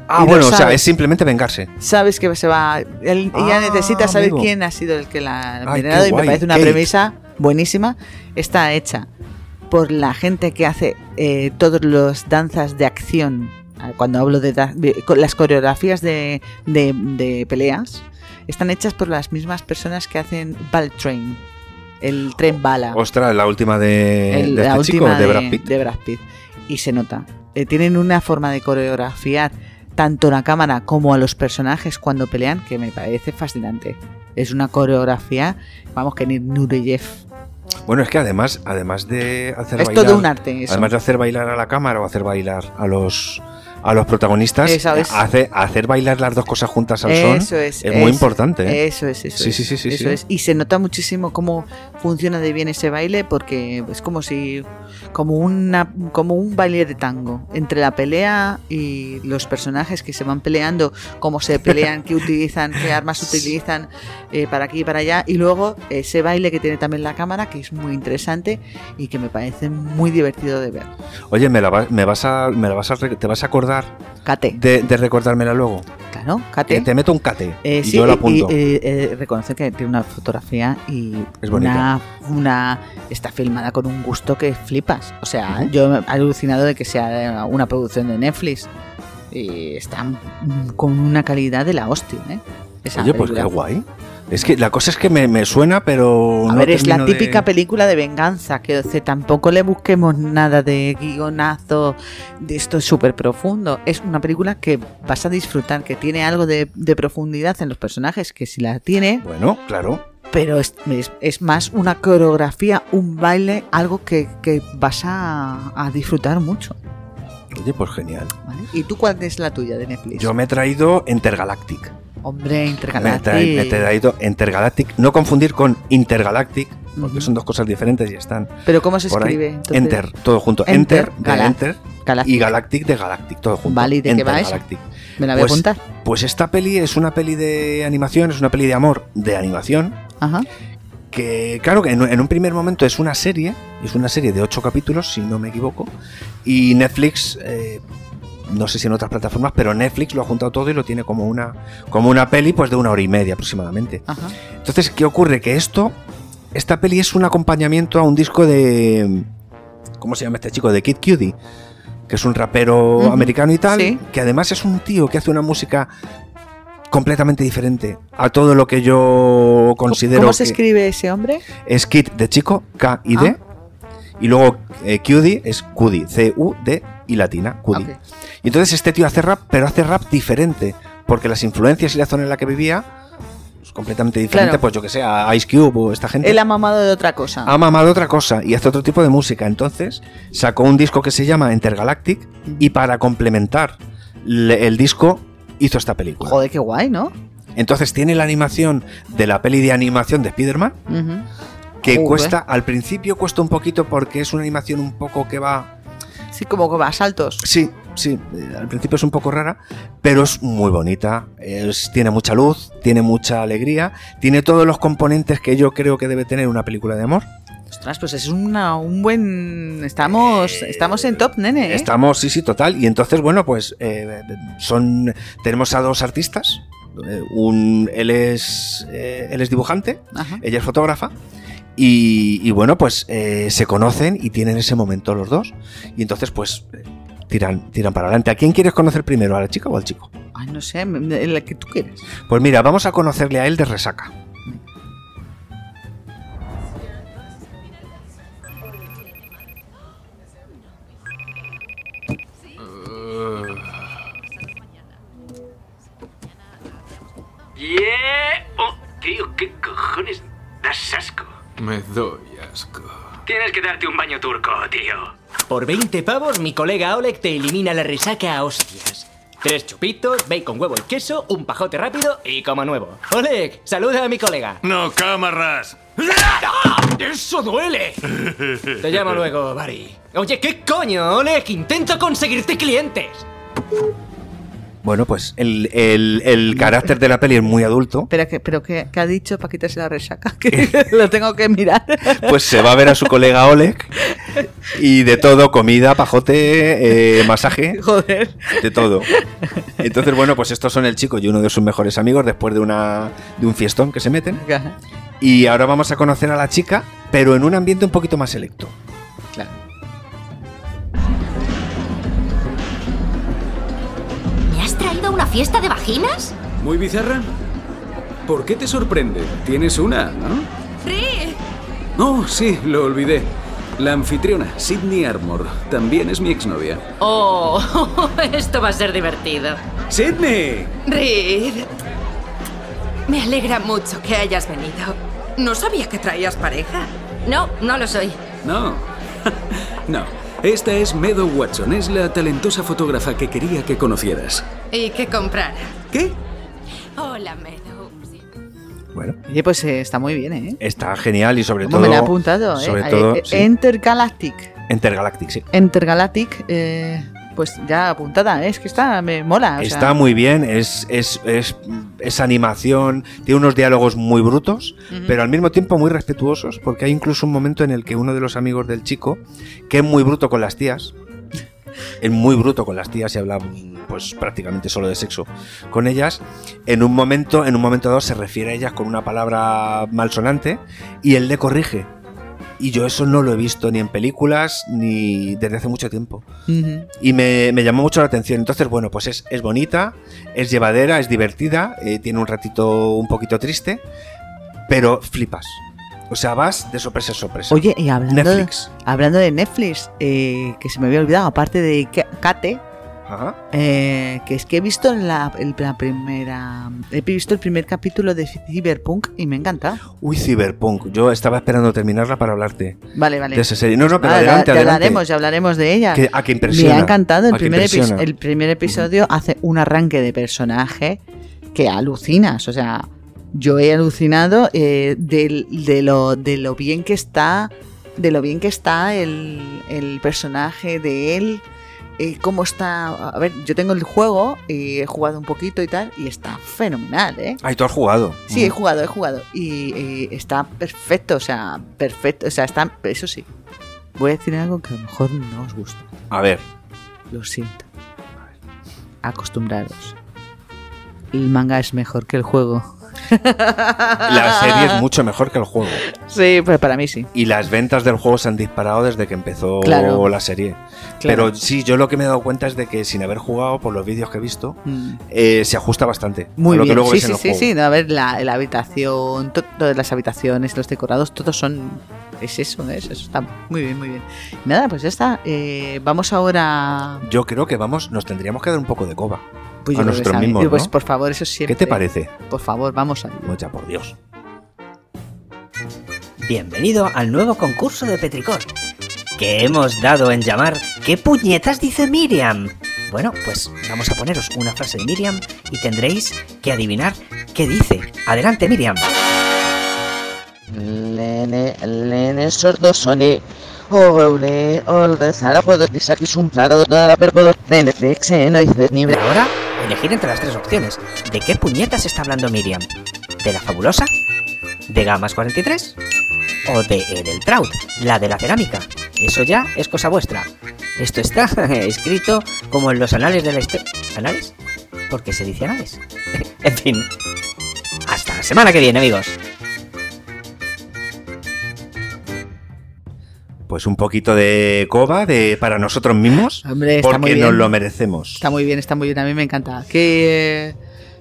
ah,
y lo
bueno, o sea,
sabe.
es simplemente vengarse.
sabes que se va. Él, ella
Ah,
necesita saber
amigo.
quién ha sido el que la ha
Ay,
envenenado
qué
y me
guay,
parece una
Kate.
premisa buenísima. Está hecha por la gente que hace eh, todas las danzas de acción. Ah, Cuando hablo de, da- de- con las coreografías de, de- de peleas, están hechas por las mismas personas que hacen Ball Train, el tren bala.
Ostras, la última de,
El-
de
la
este chico,
última
de, Brad Pitt.
de Brad Pitt. Y se nota. Eh, tienen una forma de coreografiar tanto la cámara como a los personajes cuando pelean que me parece fascinante. Es una coreografía, vamos, que ni Nureyev.
Bueno, es que además, además de hacer
Es
bailar.
todo un arte, eso.
Además de hacer bailar a la cámara o hacer bailar a los a los protagonistas,
Eso es.
hace- hacer bailar las dos cosas juntas al son
Eso es.
muy
eso-
importante. ¿eh?
Eso es, eso
Sí,
es.
sí, sí, sí,
eso
sí.
es. Y se nota muchísimo cómo funciona de bien ese baile porque es como si. como, una, como un baile de tango. Entre la pelea y los personajes que se van peleando, cómo se pelean, qué utilizan, qué armas utilizan eh, para aquí y para allá. Y luego ese baile que tiene también la cámara, que es muy interesante y que me parece muy divertido de ver.
Oye, me la, va- me vas a, me la vas a, re- te vas a acordar
Cate,
de, de recordármela luego.
claro,
Que
Cate.
te meto un cate
Eh,
y
sí,
yo la
y-
apunto.
y, eh, eh, reconocer que tiene una fotografía y
Es bonita.
una, una está filmada con un gusto que flipas. O sea, yo me he alucinado de que sea una producción de Netflix y está mm, con una calidad de la hostia. ¿eh? Esa
Oye, pues qué
película.
guay. Es que la cosa es que me, me suena, pero.
A
no
ver, es la
termino de-
típica película de venganza, que o sea, tampoco le busquemos nada de guionazo, de esto súper profundo. Es una película que vas a disfrutar, que tiene algo de, de profundidad en los personajes, que si la tiene,
Bueno, claro.
pero es, es- es más una coreografía, un baile, algo que, que vas a, a disfrutar mucho.
Oye, pues genial.
¿vale? ¿Y tú cuál es la tuya de Netflix?
Yo me he traído Intergalactic.
Hombre,
Me he
intergaláctico.
tra- me he traído Intergalactic. No confundir con Intergalactic, porque
Ujú.
son dos cosas diferentes y están.
Pero ¿cómo se
por ahí.
escribe? entonces?
Enter, todo junto. Enter, de
Galac-
Enter
Galactic.
y Galactic de Galactic, todo junto.
Vale, ¿y de qué va eso?
Intergalactic.
Me la voy
Pues-
a apuntar.
Pues esta peli es una peli de animación, es una peli de amor de animación.
Ajá.
que claro que en, en un primer momento es una serie, es una serie de ocho capítulos, si no me equivoco, y Netflix, eh, no sé si en otras plataformas, pero Netflix lo ha juntado todo y lo tiene como una, como una peli pues de una hora y media aproximadamente.
Ajá.
Entonces, ¿qué ocurre? Que esto, esta peli es un acompañamiento a un disco de, ¿cómo se llama este chico? De Kid Cudi, que es un rapero
Ujú,
americano y tal,
sí.
que además es un tío que hace una música completamente diferente a todo lo que yo considero
¿Cómo se
que-
escribe ese hombre?
es Kid de chico, K y D.
Ah.
Y luego eh, QD es QD, C-U-D y latina, QD.
Ok.
Y entonces este tío hace rap, pero hace rap diferente, porque las influencias y la zona en la que vivía es completamente diferente,
Claro.
pues yo que sé, a Ice Cube o esta gente.
Él ha mamado de otra cosa.
ha mamado otra cosa y hace otro tipo de música. Entonces sacó un disco que se llama Intergalactic y para complementar le- el disco hizo esta película.
Joder, qué guay, ¿no?
Entonces tiene la animación de la peli de animación de Spider-Man,
Ujú.
que
Joder.
cuesta, al principio cuesta un poquito porque es una animación un poco que va...
Sí, como que va a saltos.
Sí, sí, eh, al principio es un poco rara, pero es muy bonita, es- tiene mucha luz, tiene mucha alegría, tiene todos los componentes que yo creo que debe tener una película de amor.
Ostras, pues es una, un buen. Estamos, estamos en top, nene. ¿eh?
Estamos, sí, sí, total. Y entonces, bueno, pues eh, son tenemos a dos artistas. Eh, un, él, es, eh, él es dibujante,
Ajá.
ella es fotógrafa. Y, y bueno, pues eh, se conocen y tienen ese momento los dos. Y entonces, pues eh, tiran, tiran para adelante. ¿A quién quieres conocer primero, a la chica o al chico?
Ay, no sé, me- me- la que tú quieres.
Pues mira, vamos a conocerle a él de resaca.
Yeah. Oh, tío, ¿qué cojones? Das asco.
Me doy asco.
Tienes que darte un baño turco, tío.
Por 20 pavos, mi colega Oleg te elimina la resaca a hostias. Tres chupitos, bacon, huevo y queso, un pajote rápido y como nuevo. Oleg, saluda a mi colega.
No, cámaras.
¡Eso duele! Te
Te
llamo luego, Barry. Oye, ¿qué coño, Oleg? Intento conseguirte clientes.
Bueno, pues el, el- el carácter de la peli es muy adulto.
Pero, que, pero que, que ha dicho para quitarse la resaca, que lo tengo que mirar.
Pues se va a ver a su colega Oleg. Y de todo, comida, pajote, eh, masaje.
Joder.
de todo. Entonces, bueno, pues estos son el chico y uno de sus mejores amigos después de, una, de un fiestón que se meten. Y ahora vamos a conocer a la chica, pero en un ambiente un poquito más selecto.
Claro.
¿Me has traído a una fiesta de vaginas?
¿Muy bizarra? ¿Por qué te sorprende? Tienes una, ¿no?
¡Ri!
Oh, sí, lo olvidé. La anfitriona, Sidney Armor, también es mi exnovia.
Oh, esto va a ser divertido.
¡Sidney!
Reed, me alegra mucho que hayas venido. No sabía que traías pareja. No, no lo soy.
No. no. Esta es Meadow Watson, es la talentosa fotógrafa que quería que conocieras.
Y que comprara.
¿Qué?
Hola, Meadow.
Oye, pues eh, está muy bien, ¿eh?
Está genial y sobre
Como
todo.
me la he apuntado, ¿eh?
Sobre
Ahí,
todo.
eh,
sí,
Intergalactic.
Intergalactic, sí.
Intergalactic, eh, pues ya apuntada, ¿eh? es que está, me mola. o sea,
Está muy bien, es, es, es, es animación, tiene unos diálogos muy brutos,
Ujú.
pero al mismo tiempo muy respetuosos, porque hay incluso un momento en el que uno de los amigos del chico, que es muy bruto con las tías, es muy bruto con las tías y habla pues prácticamente solo de sexo con ellas, en un momento, en un momento dado se refiere a ellas con una palabra malsonante y él le corrige. Y yo eso no lo he visto ni en películas ni desde hace mucho tiempo
ujú.
y me, me llamó mucho la atención. Entonces, bueno, pues es, es bonita, es llevadera, es divertida, eh, tiene un ratito un poquito triste, pero flipas. O sea, vas de sorpresa a sorpresa.
Oye, y hablando,
Netflix.
De, hablando de Netflix, eh, que se me había olvidado, aparte de Ke- Kate,
Ajá.
eh, que es que he visto la, el- la primera. He visto el primer capítulo de Cyberpunk y me encanta.
Uy, Cyberpunk. Yo estaba esperando terminarla para hablarte
Vale, vale.
de esa serie. No, no, pero
Ahora Ah, ya-
adelante,
ya
adelante.
hablaremos, ya hablaremos de ella.
Que- ah, que impresiona,
Me ha encantado. El,
ah, que
primer, epi-
impresiona.
el primer episodio hace un arranque de personaje que alucinas. O sea, yo he alucinado eh, del- de, lo, de lo bien que está. De lo bien que está el, el personaje de él. eh, cómo está. A ver, yo tengo el juego y he jugado un poquito y tal. Y está fenomenal, ¿eh?
Ay, tú has jugado.
Sí, he
Mm.
jugado, he jugado. Y eh, está perfecto, o sea, perfecto. O sea, está. Eso sí. Voy a decir algo que a lo mejor no os gusta.
A ver.
Lo siento. Acostumbraros. El manga es mejor que el juego.
La serie es mucho mejor que el juego.
Sí, pues para mí sí.
Y las ventas del juego se han disparado desde que empezó
Claro.
la serie.
Claro.
Pero sí, yo lo que me he dado cuenta es de que sin haber jugado, por los vídeos que he visto,
Mm.
eh, se ajusta bastante.
Muy
a lo
bien.
que luego
sí,
ves en
sí,
el
sí,
juego.
sí. No, a ver, la, la habitación, to- todas las habitaciones, los decorados, todos son. Es eso, es eso. Está muy bien, muy bien. Nada, pues ya está. Eh, vamos ahora.
Yo creo que vamos, nos tendríamos que dar un poco de coba.
Pues yo
a
creo que
nosotros
está bien.
mismos.
Pues
¿no?
por favor, eso siempre.
¿Qué te parece?
Por favor, vamos a.
Mucha por Dios.
Bienvenido al nuevo concurso de Petricor, que hemos dado en llamar ¿Qué puñetas dice Miriam? Bueno, pues vamos a poneros una frase de Miriam y tendréis que adivinar qué dice. Adelante, Miriam.
lene, lene, sordo sone. Ole, ole, zara podo disaki sun plaro, dara per podo nene, flexeno y cetnibre.
Ahora, elegir entre las tres opciones. ¿De qué puñetas está hablando Miriam? ¿De la fabulosa? ¿De Gamas 43? ¿O de E Edeltraut, la de la cerámica? Eso ya es cosa vuestra. Esto está escrito como en los anales de la historia. ¿Anales? ¿Por qué se dice anales? en fin. Hasta la semana que viene, amigos.
Pues un poquito de coba de para nosotros mismos,
Hombre, está
porque
muy bien.
nos lo merecemos.
Está muy bien, está muy bien. A mí me encanta. Que, eh,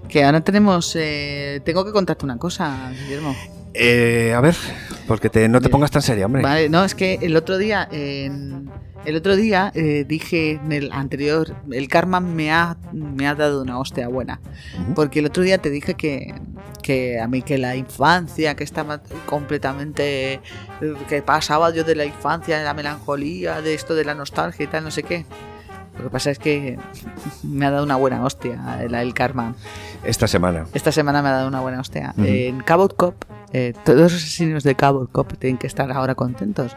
que ahora tenemos. eh, tengo que contarte una cosa, Guillermo.
Eh, a ver, porque te- no te pongas tan seria, hombre.
Vale, no, es que el otro día, en- el otro día eh, dije en el anterior, el karma me ha, me ha dado una hostia buena. Porque el otro día te dije que, que a mí que la infancia, que estaba completamente, eh, que pasaba yo de la infancia, de la melancolía, de esto, de la nostalgia y tal, no sé qué. Lo que pasa es que me ha dado una buena hostia el, el karma.
Esta semana.
Esta semana me ha dado una buena hostia.
Ujú.
En Cabot Cop, eh, todos los asesinos de Cabot Cop tienen que estar ahora contentos.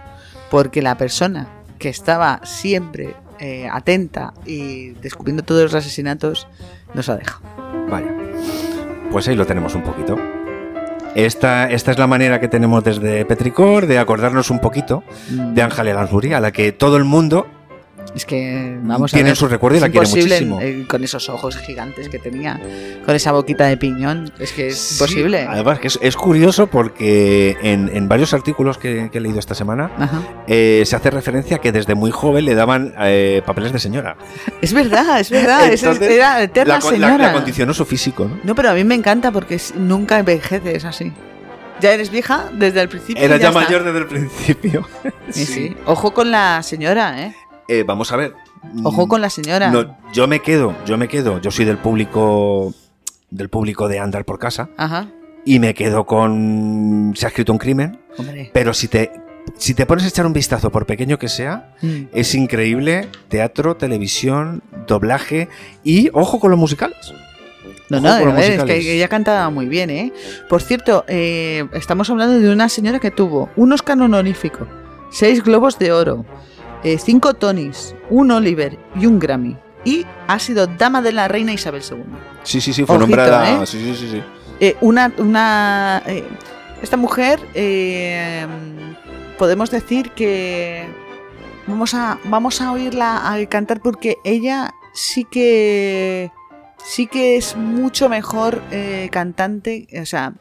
Porque la persona que estaba siempre eh, atenta y descubriendo todos los asesinatos nos ha dejado.
Pues ahí lo tenemos un poquito. Esta, esta es la manera que tenemos desde Petricor de acordarnos un poquito de Ángela Lansbury, a la que todo el mundo
Es que vamos
tiene en
a ver,
su recuerdo y
es
la quiere
imposible en-
muchísimo.
eh, con esos ojos gigantes que tenía, con esa boquita de piñón. Es que es imposible.
Además, que es, es curioso porque en, en varios artículos que, que he leído esta semana
Ajá.
eh, se hace referencia a que desde muy joven le daban eh, papeles de señora.
Es verdad, es verdad. es-
Entonces,
era eterna
la, con- la-
señora.
la condicionó su físico, ¿no?
No, pero a mí me encanta porque es- nunca envejeces así. Ya eres vieja desde el principio.
Era
y ya
ya
está.
mayor desde el principio.
Sí, sí. Ojo con la señora, ¿eh?
Eh, vamos a ver.
Ojo con la señora.
No, yo me quedo, yo me quedo. Yo soy del público del público de andar por casa
Ajá.
y me quedo con se ha escrito un crimen,
Hombre.
pero si te si te pones a echar un vistazo por pequeño que sea,
Mm.
es increíble teatro, televisión, doblaje y ojo con los musicales.
No,
Ojo
no,
con
a
los
ver, es
musicales.
que ella cantaba muy bien, ¿eh? Por cierto, eh, estamos hablando de una señora que tuvo un Oscar honorífico, seis globos de oro, eh, cinco Tonys, un Oliver y un Grammy. Y ha sido dama de la reina Isabel II.
Sí, sí, sí, fue
Ojito,
nombrada.
¿eh?
Sí, sí, sí, sí.
Eh, una. una eh, esta mujer. eh, podemos decir que. Vamos a, vamos a oírla a cantar porque ella sí que. Sí que es mucho mejor eh, cantante. O sea.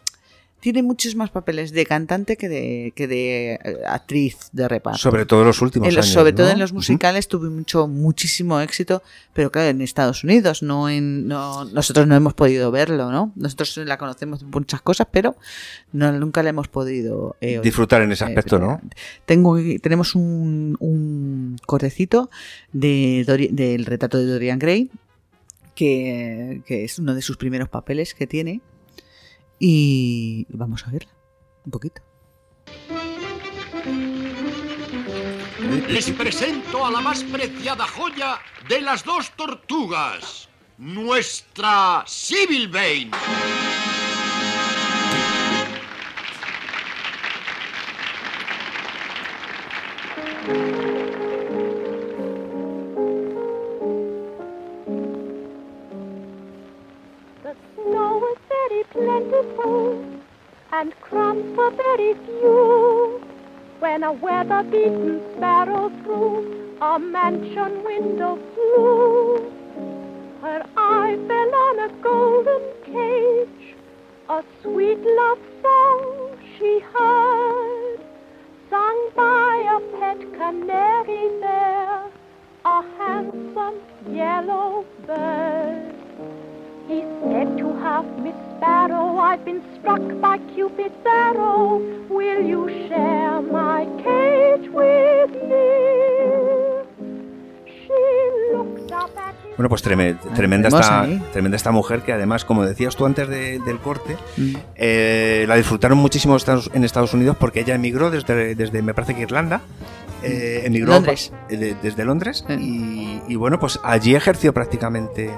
Tiene muchos más papeles de cantante que de, que de eh, actriz de reparto.
Sobre todo en los últimos
En los-
años,
Sobre todo
¿no?
en los musicales tuve mucho, muchísimo éxito, pero claro, en Estados Unidos, no en no- nosotros no hemos podido verlo, ¿no? Nosotros la conocemos por muchas cosas, pero no, nunca la hemos podido eh, oír.
Disfrutar en ese aspecto, ¿no?
Tengo, tenemos un, un cortecito de Dori- del retrato de Dorian Gray, que, que es uno de sus primeros papeles que tiene, y vamos a verla un poquito.
Les presento a la más preciada joya de las dos tortugas, nuestra Civil Bane.
The snow was very plentiful, and crumbs were very few. When a weather-beaten sparrow through a mansion window flew, her eye fell on a golden cage. A sweet love song she heard, sung by a pet canary there, a handsome yellow bird. He said to her, Miss Sparrow, I've been struck by Cupid's arrow. Will you share my cage with me? She looked up at him.
Bueno, pues treme- tremenda,
hermosa,
esta,
¿eh?
tremenda esta mujer que además, como decías tú antes de- del corte, eh, la disfrutaron muchísimo Estados- en Estados Unidos porque ella emigró desde, desde me parece que Irlanda. eh, emigró
Londres.
eh, de- desde Londres y, y bueno, pues allí ejerció prácticamente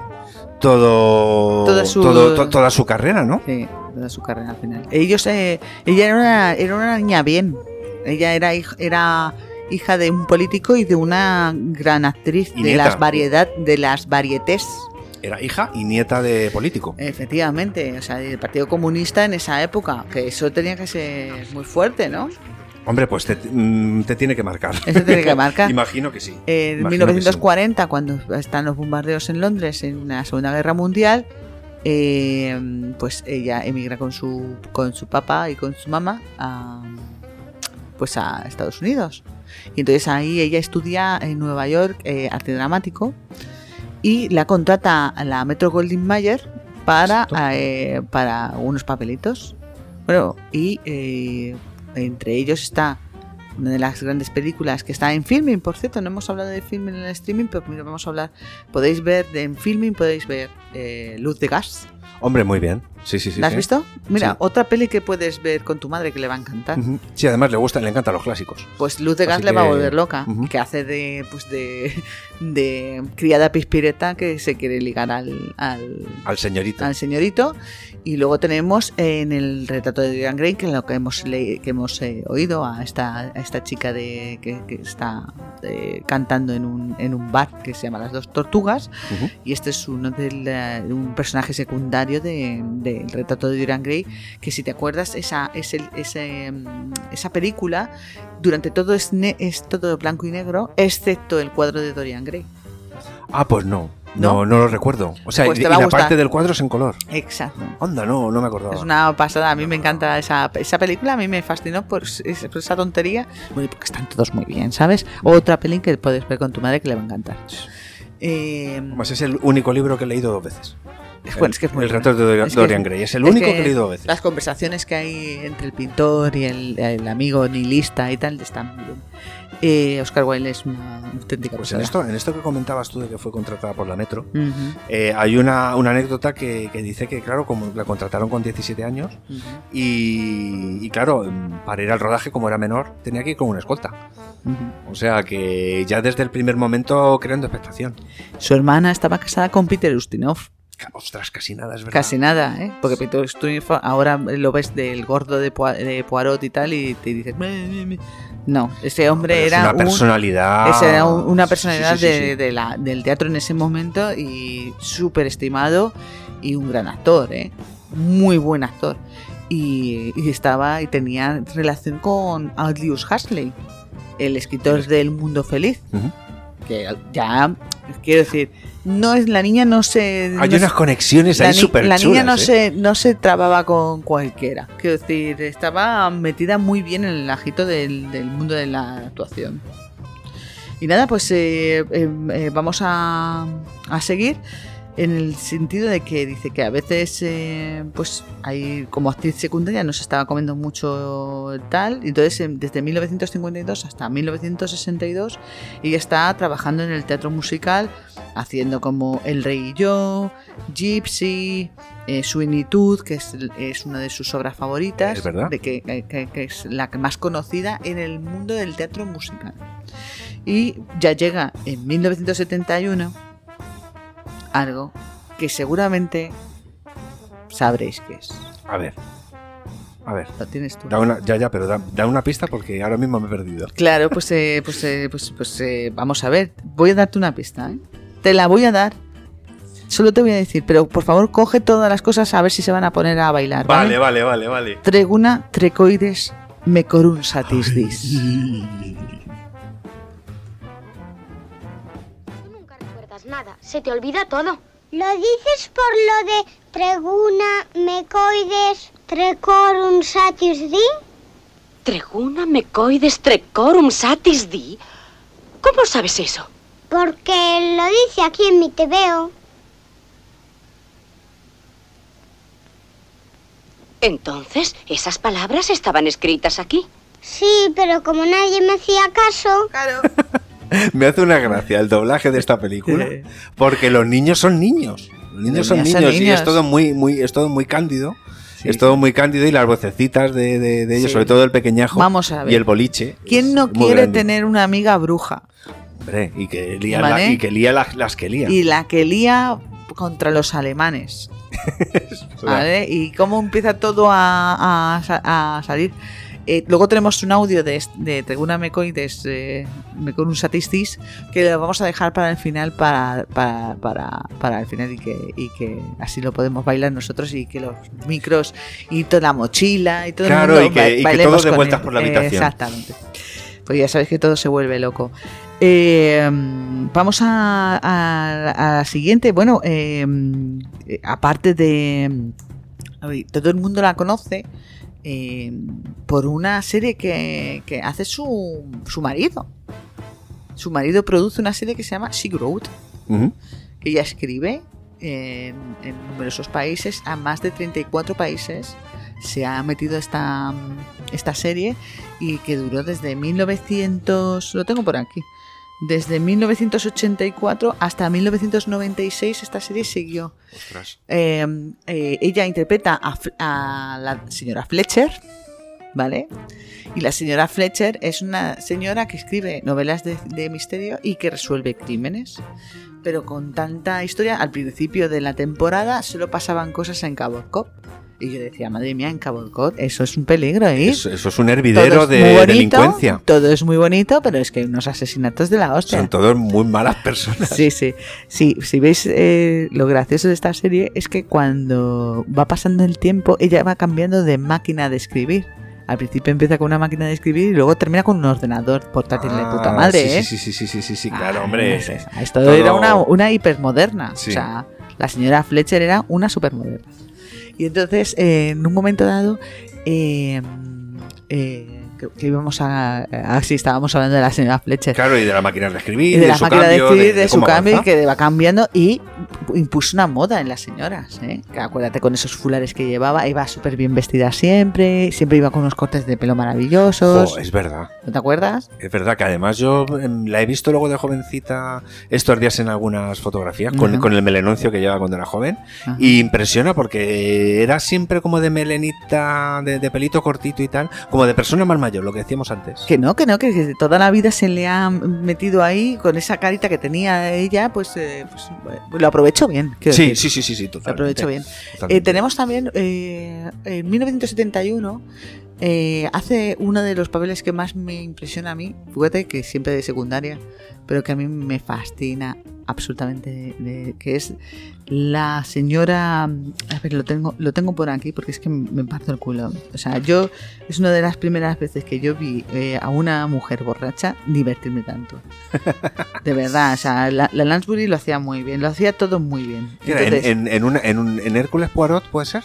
todo,
Toda su-
todo- to- toda su carrera, ¿no?
Sí. toda su carrera al final. Ellos, eh, ella era una, era una niña bien. Ella era, hij- era hija de un político y de una gran actriz
Y
de
nieta.
las variedad, de las varietés.
Era hija y nieta de político.
Eh. Efectivamente, o sea, del Partido Comunista en esa época, que eso tenía que ser muy fuerte, ¿no?
Hombre, pues te, mm, te tiene que marcar.
Eso tiene que marcar.
Imagino que sí.
Eh, En
Imagino que
1940, cuando están los bombardeos en Londres en la Segunda Guerra Mundial, eh, pues ella emigra con su con su papá y con su mamá a, pues a Estados Unidos. Y entonces ahí ella estudia en Nueva York eh, arte dramático y la contrata a la Metro Goldwyn Mayer para, eh, para unos papelitos. Bueno, y eh, entre ellos está una de las grandes películas que está en filming, por cierto, no hemos hablado de filming en el streaming, pero primero vamos a hablar, podéis ver de- en filming, podéis ver eh, Luz de Gas.
sí. Hombre, muy bien. Sí, sí, sí.
¿La has
sí.
visto? Mira,
Sí.
otra peli que puedes ver con tu madre que le va a encantar.
Ujú. Sí, además le gusta, le encantan los clásicos.
Pues Luz de Gas
Así
le va a
que-
volver loca,
Ujú.
que hace de, pues de, de criada pispireta que se quiere ligar al, al,
Al señorito.
al señorito. Y luego tenemos en el retrato de Dorian Gray, que es lo que hemos, le- que hemos eh, oído a esta, a esta chica de, que, que está eh, cantando en un, en un bar que se llama Las Dos Tortugas.
Ujú.
Y este es uno del, eh, un personaje secundario de- del retrato de Dorian Gray, que si te acuerdas, esa, es el- ese, mm, esa película durante todo es, ne- es todo blanco y negro, excepto el cuadro de Dorian Gray.
Ah, pues no. No, no, lo recuerdo. O sea,
Pues
y,
te
y
va a
la
gustar.
parte del cuadro es en color.
Exacto.
Onda, no, no me acordaba.
Es una pasada, a mí me encanta esa, esa película, a mí me fascinó por, es- por esa tontería. Bueno, y porque están todos muy bien, ¿sabes? Otra peli que puedes ver con tu madre que le va a encantar. Eh,
Además, Pues es el único libro que he leído dos veces.
bueno, es que es muy
El
buena.
retrato de Dorian,
Es que-
Dorian Gray. Es el único que,
que
he leído dos veces.
Las conversaciones que hay entre el pintor y el, el amigo nihilista y tal están muy bien. Eh, Oscar Wilde es una auténtica
Pues en
pasada.
esto, en esto que comentabas tú de que fue contratada por la Metro,
Ujú.
eh, hay una, una anécdota que, que dice que, claro, como la contrataron con 17 años
Ujú.
y, y, claro, mm, para ir al rodaje, como era menor, tenía que ir con una escolta. O sea que ya desde el primer momento creando expectación.
Su hermana estaba casada con Peter Ustinov.
Ostras, casi nada, es verdad.
Casi nada, ¿eh? Porque Peter Ustinov ahora lo ves del gordo de, Pua- de Poirot y tal y te dices... "Me, me, me". No, ese hombre
Pero es
era...
una
un-
personalidad.
ese era un- una
Sí, sí,
personalidad
sí, sí,
de-
sí.
de la- del teatro en ese momento y súper estimado y un gran actor, ¿eh? Muy buen actor. Y, y estaba y tenía relación con Aldous Huxley, el escritor del Mundo Feliz.
Ujú.
Que ya, quiero decir, no es la niña no se...
Hay
no
unas
se-
conexiones
la
ahí ¿eh?
ni-
súper
La niña no,
chulas,
se, no se trababa con cualquiera. Quiero decir, estaba metida muy bien en el ajito del, del mundo de la actuación. Y nada, pues eh, eh, eh, vamos a, a seguir en el sentido de que dice que a veces, eh, pues ahí como actriz secundaria nos estaba comiendo mucho tal. y Entonces, en- desde 1952 hasta 1962, ella está trabajando en el teatro musical, haciendo como El Rey y yo, Gypsy, eh, Sweeney Todd, que es, es una de sus obras favoritas,
Es verdad.
de que- que- que- que es la que más conocida en el mundo del teatro musical y ya llega en 1971 algo que seguramente sabréis qué es.
A ver. A ver.
Lo tienes tú.
Da una, ya, ya, pero da, da una pista porque ahora mismo me he perdido.
Claro, pues, eh, pues, eh, pues, pues, eh, vamos a ver. Voy a darte una pista. ¿eh? Te la voy a dar. Solo te voy a decir, pero por favor coge todas las cosas a ver si se van a poner a bailar.
Vale, vale, vale, vale.
Treguna, trecoides, mecorum satis dis.
recuerdas nada, se te olvida todo. ¿Lo dices por lo de treguna, mecoides, trecorum satis di?
Treguna mecoides trecorum satis di. ¿Cómo sabes eso?
Porque lo dice aquí en mi te veo.
Entonces, esas palabras estaban escritas aquí.
Sí, pero como nadie me hacía caso.
Claro.
Me hace una gracia el doblaje de esta película porque los niños son niños. Los niños
Los
son
niños
niños,
son
y
niños.
es todo muy, muy, es todo muy cándido. Es todo muy cándido y las vocecitas de, de- de ellos,
Sí.
sobre todo el pequeñajo
Vamos a ver.
y el boliche.
¿Quién no
es muy
quiere
grande.
tener una amiga bruja?
Hombre, y que lía,
Vale.
la- y que lía las, las que lía.
Y la que lía contra los alemanes. ¿vale? Y cómo empieza todo a, a sa- a salir. Eh, luego tenemos un audio de, est- de Treguna Mecoi de es- eh, Meconum Satistis que lo vamos a dejar para el final, para, para, para, para el final y que, y que así lo podemos bailar nosotros y que los micros y toda la mochila y todo el
Claro,
mundo
y que-
ba-
y que
bailemos
todos de
con
vueltas
él.
por la
Eh,
habitación.
Exactamente. Pues ya sabéis que todo se vuelve loco. Eh, vamos a, a- a la siguiente. Bueno, eh, eh, aparte de. a ver, todo el mundo la conoce eh, por una serie que, que hace su, su marido. Su marido produce una serie que se llama Sigroad,
Ujú.
que ella escribe en, en numerosos países, a más de 34 países se ha metido esta, esta serie y que duró desde 1900, lo tengo por aquí, desde 1984 hasta 1996 esta serie siguió. Eh, eh, ella interpreta a, F- a la señora Fletcher, ¿vale? Y la señora Fletcher es una señora que escribe novelas de, de misterio y que resuelve crímenes. Pero con tanta historia, al principio de la temporada solo pasaban cosas en Cabo Cop. Y yo decía, madre mía, en Cabo Cop, eso es un peligro, ¿eh?
Eso, eso es un hervidero
Todo es
de
muy bonito,
delincuencia.
Todo es muy bonito, pero es que hay unos asesinatos de la hostia.
Son todos muy malas personas.
Sí, sí. Sí, si veis eh, lo gracioso de esta serie es que cuando va pasando el tiempo, ella va cambiando de máquina de escribir. Al principio empieza con una máquina de escribir y luego termina con un ordenador portátil de puta
Ah,
madre,
sí,
¿eh? Ah,
Sí, sí, sí, sí, sí, sí, claro, hombre.
es-
es-
Esto era una, una hipermoderna.
Sí.
O sea, la señora Fletcher era una supermoderna. Y entonces, eh, en un momento dado, eh, eh, que, que íbamos a. Ah, sí, estábamos hablando de la señora Fletcher.
Claro, y de la máquina de escribir,
Y de
de
la
su
máquina de
cambio,
escribir,
de-
de,
de
su
cómo
cambio, y
avanza.
que va cambiando. Y impuso una moda en las señoras. ¿eh? Que acuérdate con esos fulares que llevaba, iba súper bien vestida siempre, siempre iba con unos cortes de pelo maravillosos.
Jo, Oh, es verdad.
¿No te acuerdas?
Es verdad que además yo em, la he visto luego de jovencita estos días en algunas fotografías con,
Ajá.
con el melenoncio que lleva cuando era joven.
Ajá.
Y impresiona porque era siempre como de melenita, de, de pelito cortito y tal, como de persona más mayor, lo que decíamos antes.
Que no, que no, que desde toda la vida se le ha metido ahí con esa carita que tenía ella, pues, eh, pues, bueno, lo aprovechó bien. quiero
Sí,
decir.
sí, sí, sí, sí,
Lo
totalmente.
aprovechó bien.
Totalmente.
Eh, tenemos también, eh, en 1971, eh, hace uno de los papeles que más me impresiona a mí, fíjate que siempre de secundaria, pero que a mí me fascina absolutamente, de- de- que es la señora, a ver, lo tengo, lo tengo por aquí porque es que me parto el culo. O sea, yo es una de las primeras veces que yo vi eh, a una mujer borracha divertirme tanto. De verdad, o sea, la, la Lansbury lo hacía muy bien, lo hacía todo muy bien.
Mira, en-
Entonces-
en, en una- en un- en Hércules Poirot puede ser.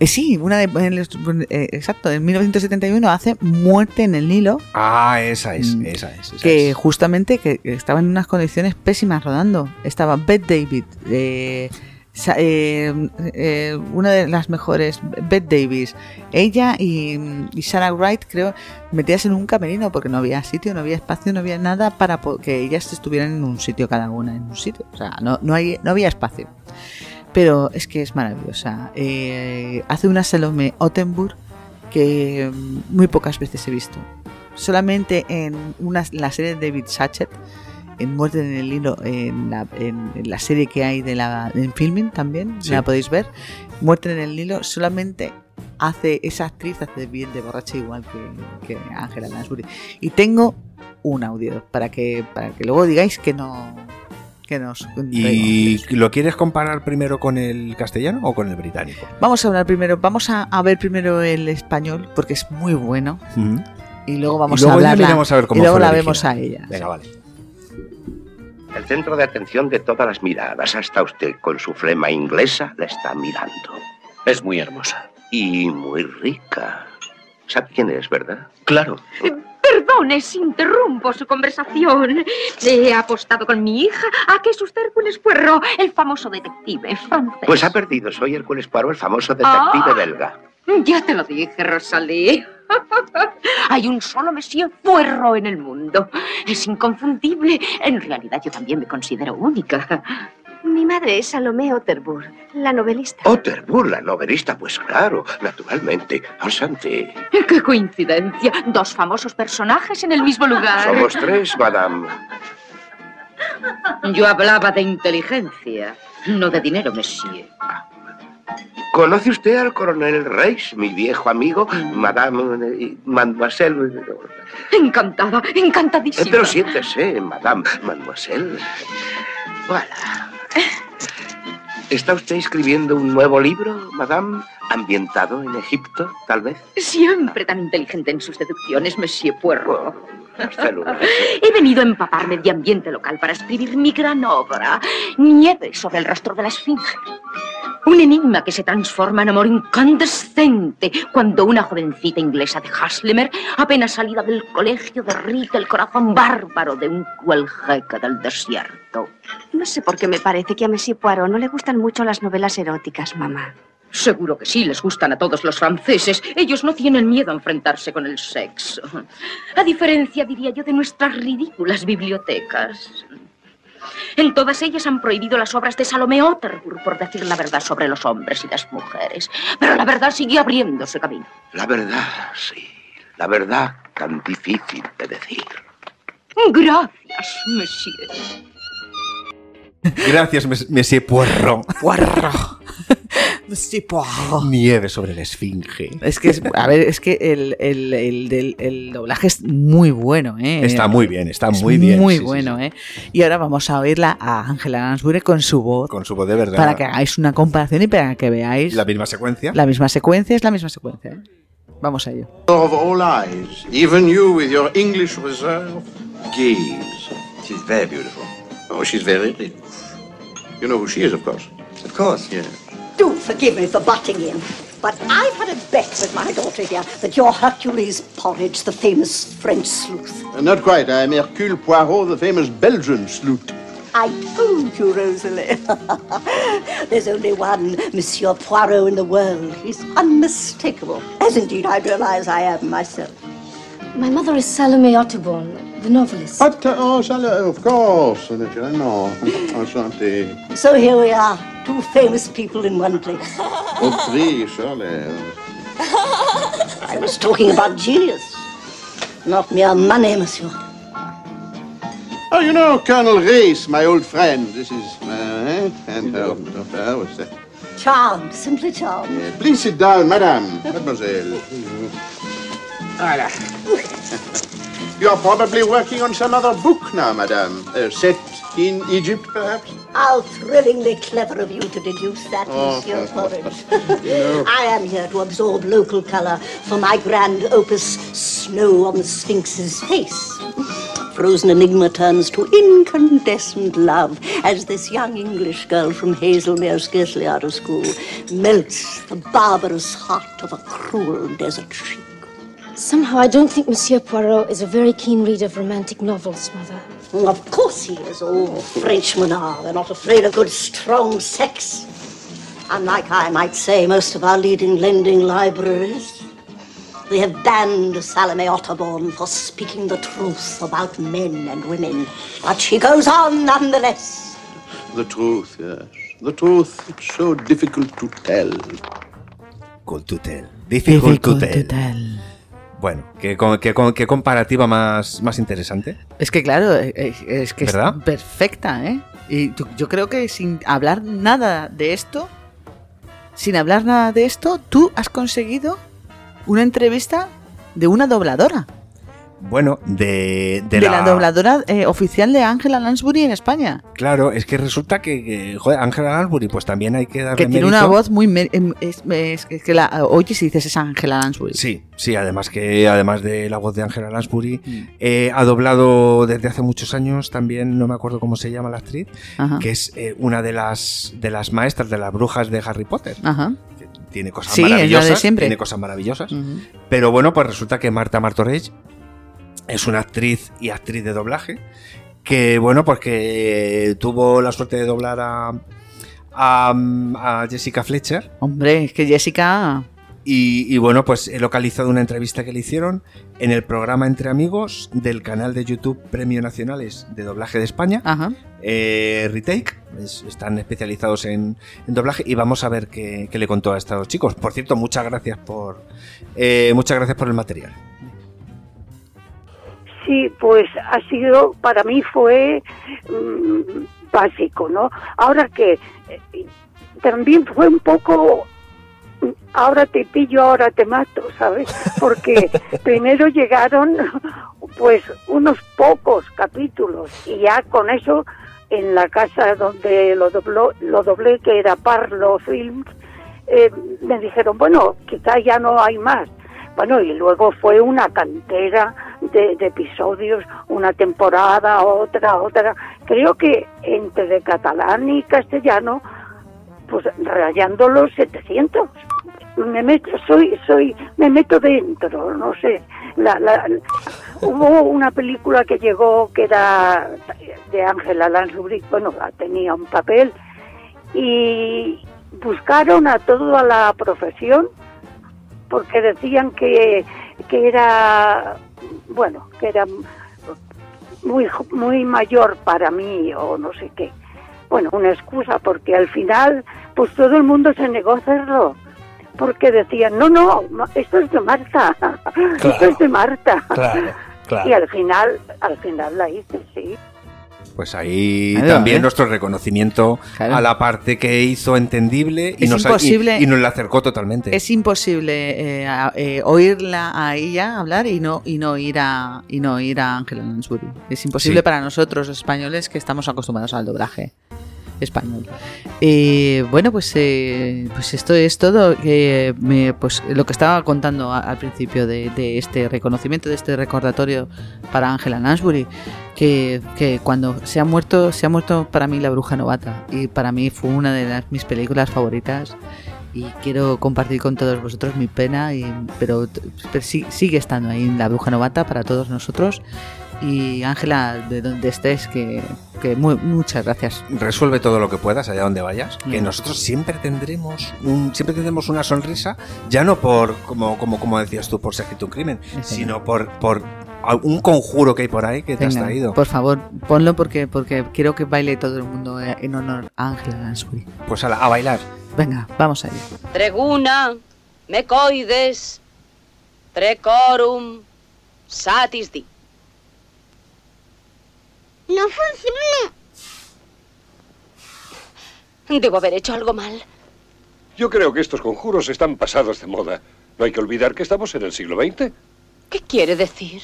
eh, sí, una de, en los- eh, exacto, en 1971 hace Muerte en el Nilo,
Ah, esa es, esa es. esa
Mm, que
es.
justamente que, que estaba en unas condiciones pésimas rodando. Estaba Beth David, eh, sa- eh, eh, una de las mejores, Beth Davis, ella y, y Sarah Wright, creo, metidas en un camerino porque no había sitio, no había espacio, no había nada para po- que ellas estuvieran en un sitio cada una, en un sitio. O sea, no, no, hay, no había espacio. Pero es que es maravillosa. Eh, hace una Salome Ottenburg que mm, muy pocas veces he visto. Solamente en una, la serie de David Sachet, en Muerte en el Hilo, en la, en- en la serie que hay de la, en Filming también,
Sí.
la podéis ver. Muerte en el Hilo solamente hace esa actriz hace bien de borracha igual que, que Ángela Lansbury. Y tengo un audio para que, para que luego digáis que no. Que nos
¿Y lo quieres comparar primero con el castellano o con el británico?
Vamos a hablar primero, vamos a, a ver primero el español, porque es muy bueno.
Ujú.
Y luego vamos
Y luego ya
a hablar.
miramos a ver cómo
y luego
fue la
la
original.
vemos a ella.
Venga, vale.
El centro de atención de todas las miradas, hasta usted con su flema inglesa la está mirando. Es muy hermosa. Y muy rica. ¿Sabe quién es, verdad? Claro.
Perdone si interrumpo su conversación. He apostado con mi hija a que es usted Hércules Puerro, el famoso detective francés.
Pues ha perdido. Soy Hércules Poirot, el famoso detective
Ah.
belga.
Ya te lo dije, Rosalí. Hay un solo Monsieur Puerro en el mundo. Es inconfundible. En realidad yo también me considero única.
Mi madre es Salomé Otterburg, la novelista.
Otterburg, la novelista, pues claro, naturalmente. Ansante.
¡Qué coincidencia! Dos famosos personajes en el mismo lugar.
Somos tres, madame.
Yo hablaba de inteligencia, no de dinero, monsieur.
¿Conoce usted al coronel Reis, mi viejo amigo, Madame, eh, Mademoiselle?
Encantada,
Eh,
encantadísima.
pero siéntese, Madame, Mademoiselle. Voilà. ¿Está usted escribiendo un nuevo libro, Madame? ¿Ambientado en Egipto, tal vez?
Siempre tan inteligente en sus deducciones, Monsieur Puerro.
Hasta luego.
He venido a empaparme de ambiente local para escribir mi gran obra, Nieve sobre el rastro de la Esfinge. Un enigma que se transforma en amor incandescente cuando una jovencita inglesa de Haslemer, apenas salida del colegio, derrite el corazón bárbaro de un cruel jeque del desierto.
No sé por qué me parece que a Messi Poirot no le gustan mucho las novelas eróticas, mamá.
Seguro que sí, les gustan a todos los franceses. Ellos no tienen miedo a enfrentarse con el sexo. A diferencia, diría yo, de nuestras ridículas bibliotecas. En todas ellas han prohibido las obras de Salomé Otterburg por decir la verdad sobre los hombres y las mujeres. Pero la verdad sigue abriéndose camino.
La verdad, sí. La verdad tan difícil de decir.
Gracias, monsieur.
Gracias, mes- Monsieur Puerro.
Puerro. Puerro.
Nieve sobre la esfinge.
Es que, es- a ver, es que el, el- el del- el doblaje es muy bueno, ¿eh?
Está muy bien, está
Es
muy bien,
Muy
sí, sí,
bueno, ¿eh? Y ahora vamos a oírla a Ángela Lansbury con su voz.
Con su voz de verdad.
Para que hagáis una comparación y para que veáis.
La misma secuencia.
La misma secuencia es la misma secuencia. ¿eh? Vamos a ello.
of all eyes, even you with your English reserve, gaze. She's very beautiful. Oh, she's very rich. You know who she is, of course. Of course. Yeah.
Do forgive me for butting in, but I've had a bet with my daughter here that you're Hercules Porridge, the famous French sleuth.
Uh, not quite. I'm Hercule Poirot, the famous Belgian sleuth.
I told you, Rosalie. There's only one Monsieur Poirot in the world. He's unmistakable, as indeed I realize I am myself.
My mother is Salome Otterborn, the novelist.
But, uh, oh, Sal- of course. No, enchanté.
So here we are, Ah, two famous people in one place.
Oh, three, surely.
I was talking about genius, not mere money, Monsieur.
Oh, you know Colonel Reese, my old friend. This is uh, eh? and her daughter was that?
Charmed, simply charmed.
Yeah. Please sit down, madame, mademoiselle. Voilà. You're probably working on some other book now, madame. Uh, set in Egypt, perhaps?
How thrillingly clever of you to deduce that,
Oh,
Monsieur
oh, oh,
Porridge.
No.
I am here to absorb local colour for my grand opus, Snow on the Sphinx's Face. Frozen enigma turns to incandescent love as this young English girl from Hazelmere, scarcely out of school, melts the barbarous heart of a cruel desert sheik.
Somehow I don't think Monsieur Poirot is a very keen reader of romantic novels, Mother.
Mm, Of course he is. oh, All Frenchmen are. They're not afraid of good, strong sex. Unlike, I might say, most of our leading lending libraries. They have banned Salome Otterborn for speaking the truth about men and women. But she goes on nonetheless.
The truth, yes. The truth. It's so difficult to tell.
Difficult to tell. Difficult to tell. Bueno, ¿qué, con- qué con- qué comparativa más, más interesante?
Es que claro, eh, eh, es que
¿Verdad?
es perfecta, ¿eh? Y tú- yo creo que sin hablar nada de esto, sin hablar nada de esto, tú has conseguido una entrevista de una dobladora,
Bueno, de, de
de, la... dobladora eh, oficial de Ángela Lansbury en España,
Claro, es que resulta que, que, joder, Ángela Lansbury, pues también hay que darle
que tiene una
mérito.
voz muy... mer- em- es- es- es que la oyes y dices, es Ángela Lansbury.
Sí, sí, además que además de la voz de Ángela Lansbury,
Mm.
eh, ha doblado desde hace muchos años también, no me acuerdo cómo se llama la actriz,
Ajá.
que es eh, una de las de las maestras de las brujas de Harry Potter.
Ajá.
Tiene cosas
Sí, es la de
maravillosas.
siempre.
Tiene cosas maravillosas.
Ujú.
Pero bueno, pues resulta que Marta Martorell es una actriz y actriz de doblaje. Que bueno, porque tuvo la suerte de doblar a, a, a Jessica Fletcher.
Hombre, es que Jessica...
Y, y bueno, pues he localizado una entrevista que le hicieron en el programa Entre Amigos del canal de YouTube Premio Nacionales de Doblaje de España. Eh, Retake. es- están especializados en, en doblaje. Y vamos a ver qué, qué le contó a estos chicos. Por cierto, muchas gracias por. eh, muchas gracias por el material.
Sí, pues ha sido, para mí fue mm, básico, ¿no? Ahora que eh, también fue un poco, ahora te pillo, ahora te mato, ¿sabes? Porque primero llegaron pues unos pocos capítulos y ya con eso en la casa donde lo, dobló, lo doblé, que era Parlo Films, eh, me dijeron, bueno, quizá ya no hay más. Bueno, y luego fue una cantera de, de episodios, una temporada, otra, otra. Creo que entre catalán y castellano, pues rayando los 700. Me meto, soy, soy, me meto dentro, no sé. La, la- hubo una película que llegó que era de Ángela Lansbury, bueno, la tenía un papel, y buscaron a toda la profesión porque decían que, que era, bueno, que era muy, jo- muy mayor para mí o no sé qué. Bueno, una excusa porque al final pues todo el mundo se negó a hacerlo. Porque decían, no, no, no, esto es de Marta, esto es de Marta.
Claro,
Y al final, al final la hice, sí.
Pues ahí
Claro,
también
¿eh?
nuestro reconocimiento
Claro.
a la parte que hizo entendible y
Es
nos,
imposible-
y, y nos la acercó totalmente.
Es imposible eh, a- eh, oírla a ella hablar y no y no ir a y no ir a Ángela Lansbury. Es imposible
Sí.
para nosotros los españoles que estamos acostumbrados al doblaje español. Eh, bueno, pues eh, pues esto es todo. eh, me- pues lo que estaba contando a- al principio de, de este reconocimiento, de este recordatorio para Ángela Lansbury, que, que cuando se ha muerto se ha muerto para mí la bruja novata y para mí fue una de las, mis películas favoritas y quiero compartir con todos vosotros mi pena, y, pero, t- pero sí- sigue estando ahí la bruja novata para todos nosotros. Y Ángela, de donde estés, que, que mu- muchas gracias.
Resuelve todo lo que puedas allá donde vayas, que
Mm.
nosotros siempre tendremos un- siempre tendremos una sonrisa, ya no por como como como decías tú por ser un crimen, sino por por a- un conjuro que hay por ahí que te has
Venga,
traído.
Por favor, ponlo porque, porque quiero que baile todo el mundo eh, en honor a Ángela Lansbury.
Pues a, la- a bailar.
Venga, vamos allá.
Treguna, mecoides, trecorum, satis di.
No funciona.
Debo haber hecho algo mal.
Yo creo que estos conjuros están pasados de moda. No hay que olvidar que estamos en el siglo XX.
¿Qué quiere decir?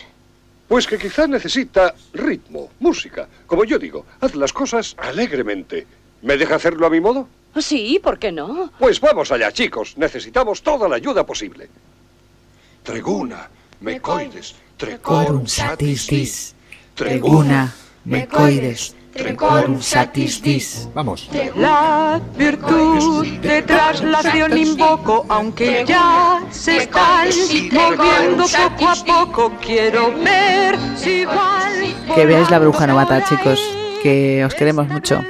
Pues que quizás necesita ritmo, música. Como yo digo, haz las cosas alegremente. ¿Me deja hacerlo a mi modo?
Sí, ¿por qué no?
Pues vamos allá, chicos. Necesitamos toda la ayuda posible. Treguna, mecoides, trecorum satis dis.
Treguna,
mecoides,
trecorum satis
dis.
Vamos.
La virtud de traslación invoco, aunque ya se están moviendo poco a poco. Quiero ver si igual.
Que veáis la bruja novata, chicos. Que os queremos mucho.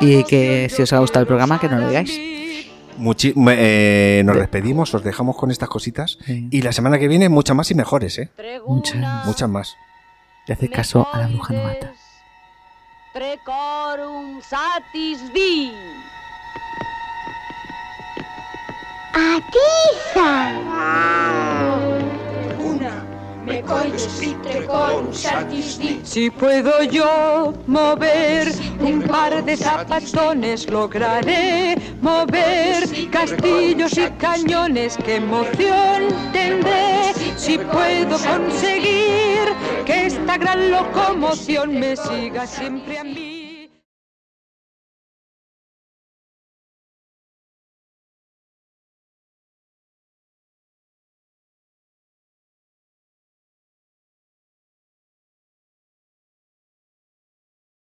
Y que si os ha gustado el programa, que no lo digáis.
Muchi- me- eh, nos despedimos, os dejamos con estas cositas y la semana que viene muchas más y mejores, ¿eh?
Muchas.
Muchas más.
Le hace caso a la bruja novata.
Trecorum satis di.
Si puedo yo mover un par de zapatones, lograré mover castillos y cañones. ¡Qué emoción tendré si puedo conseguir que esta gran locomoción me siga siempre a mí!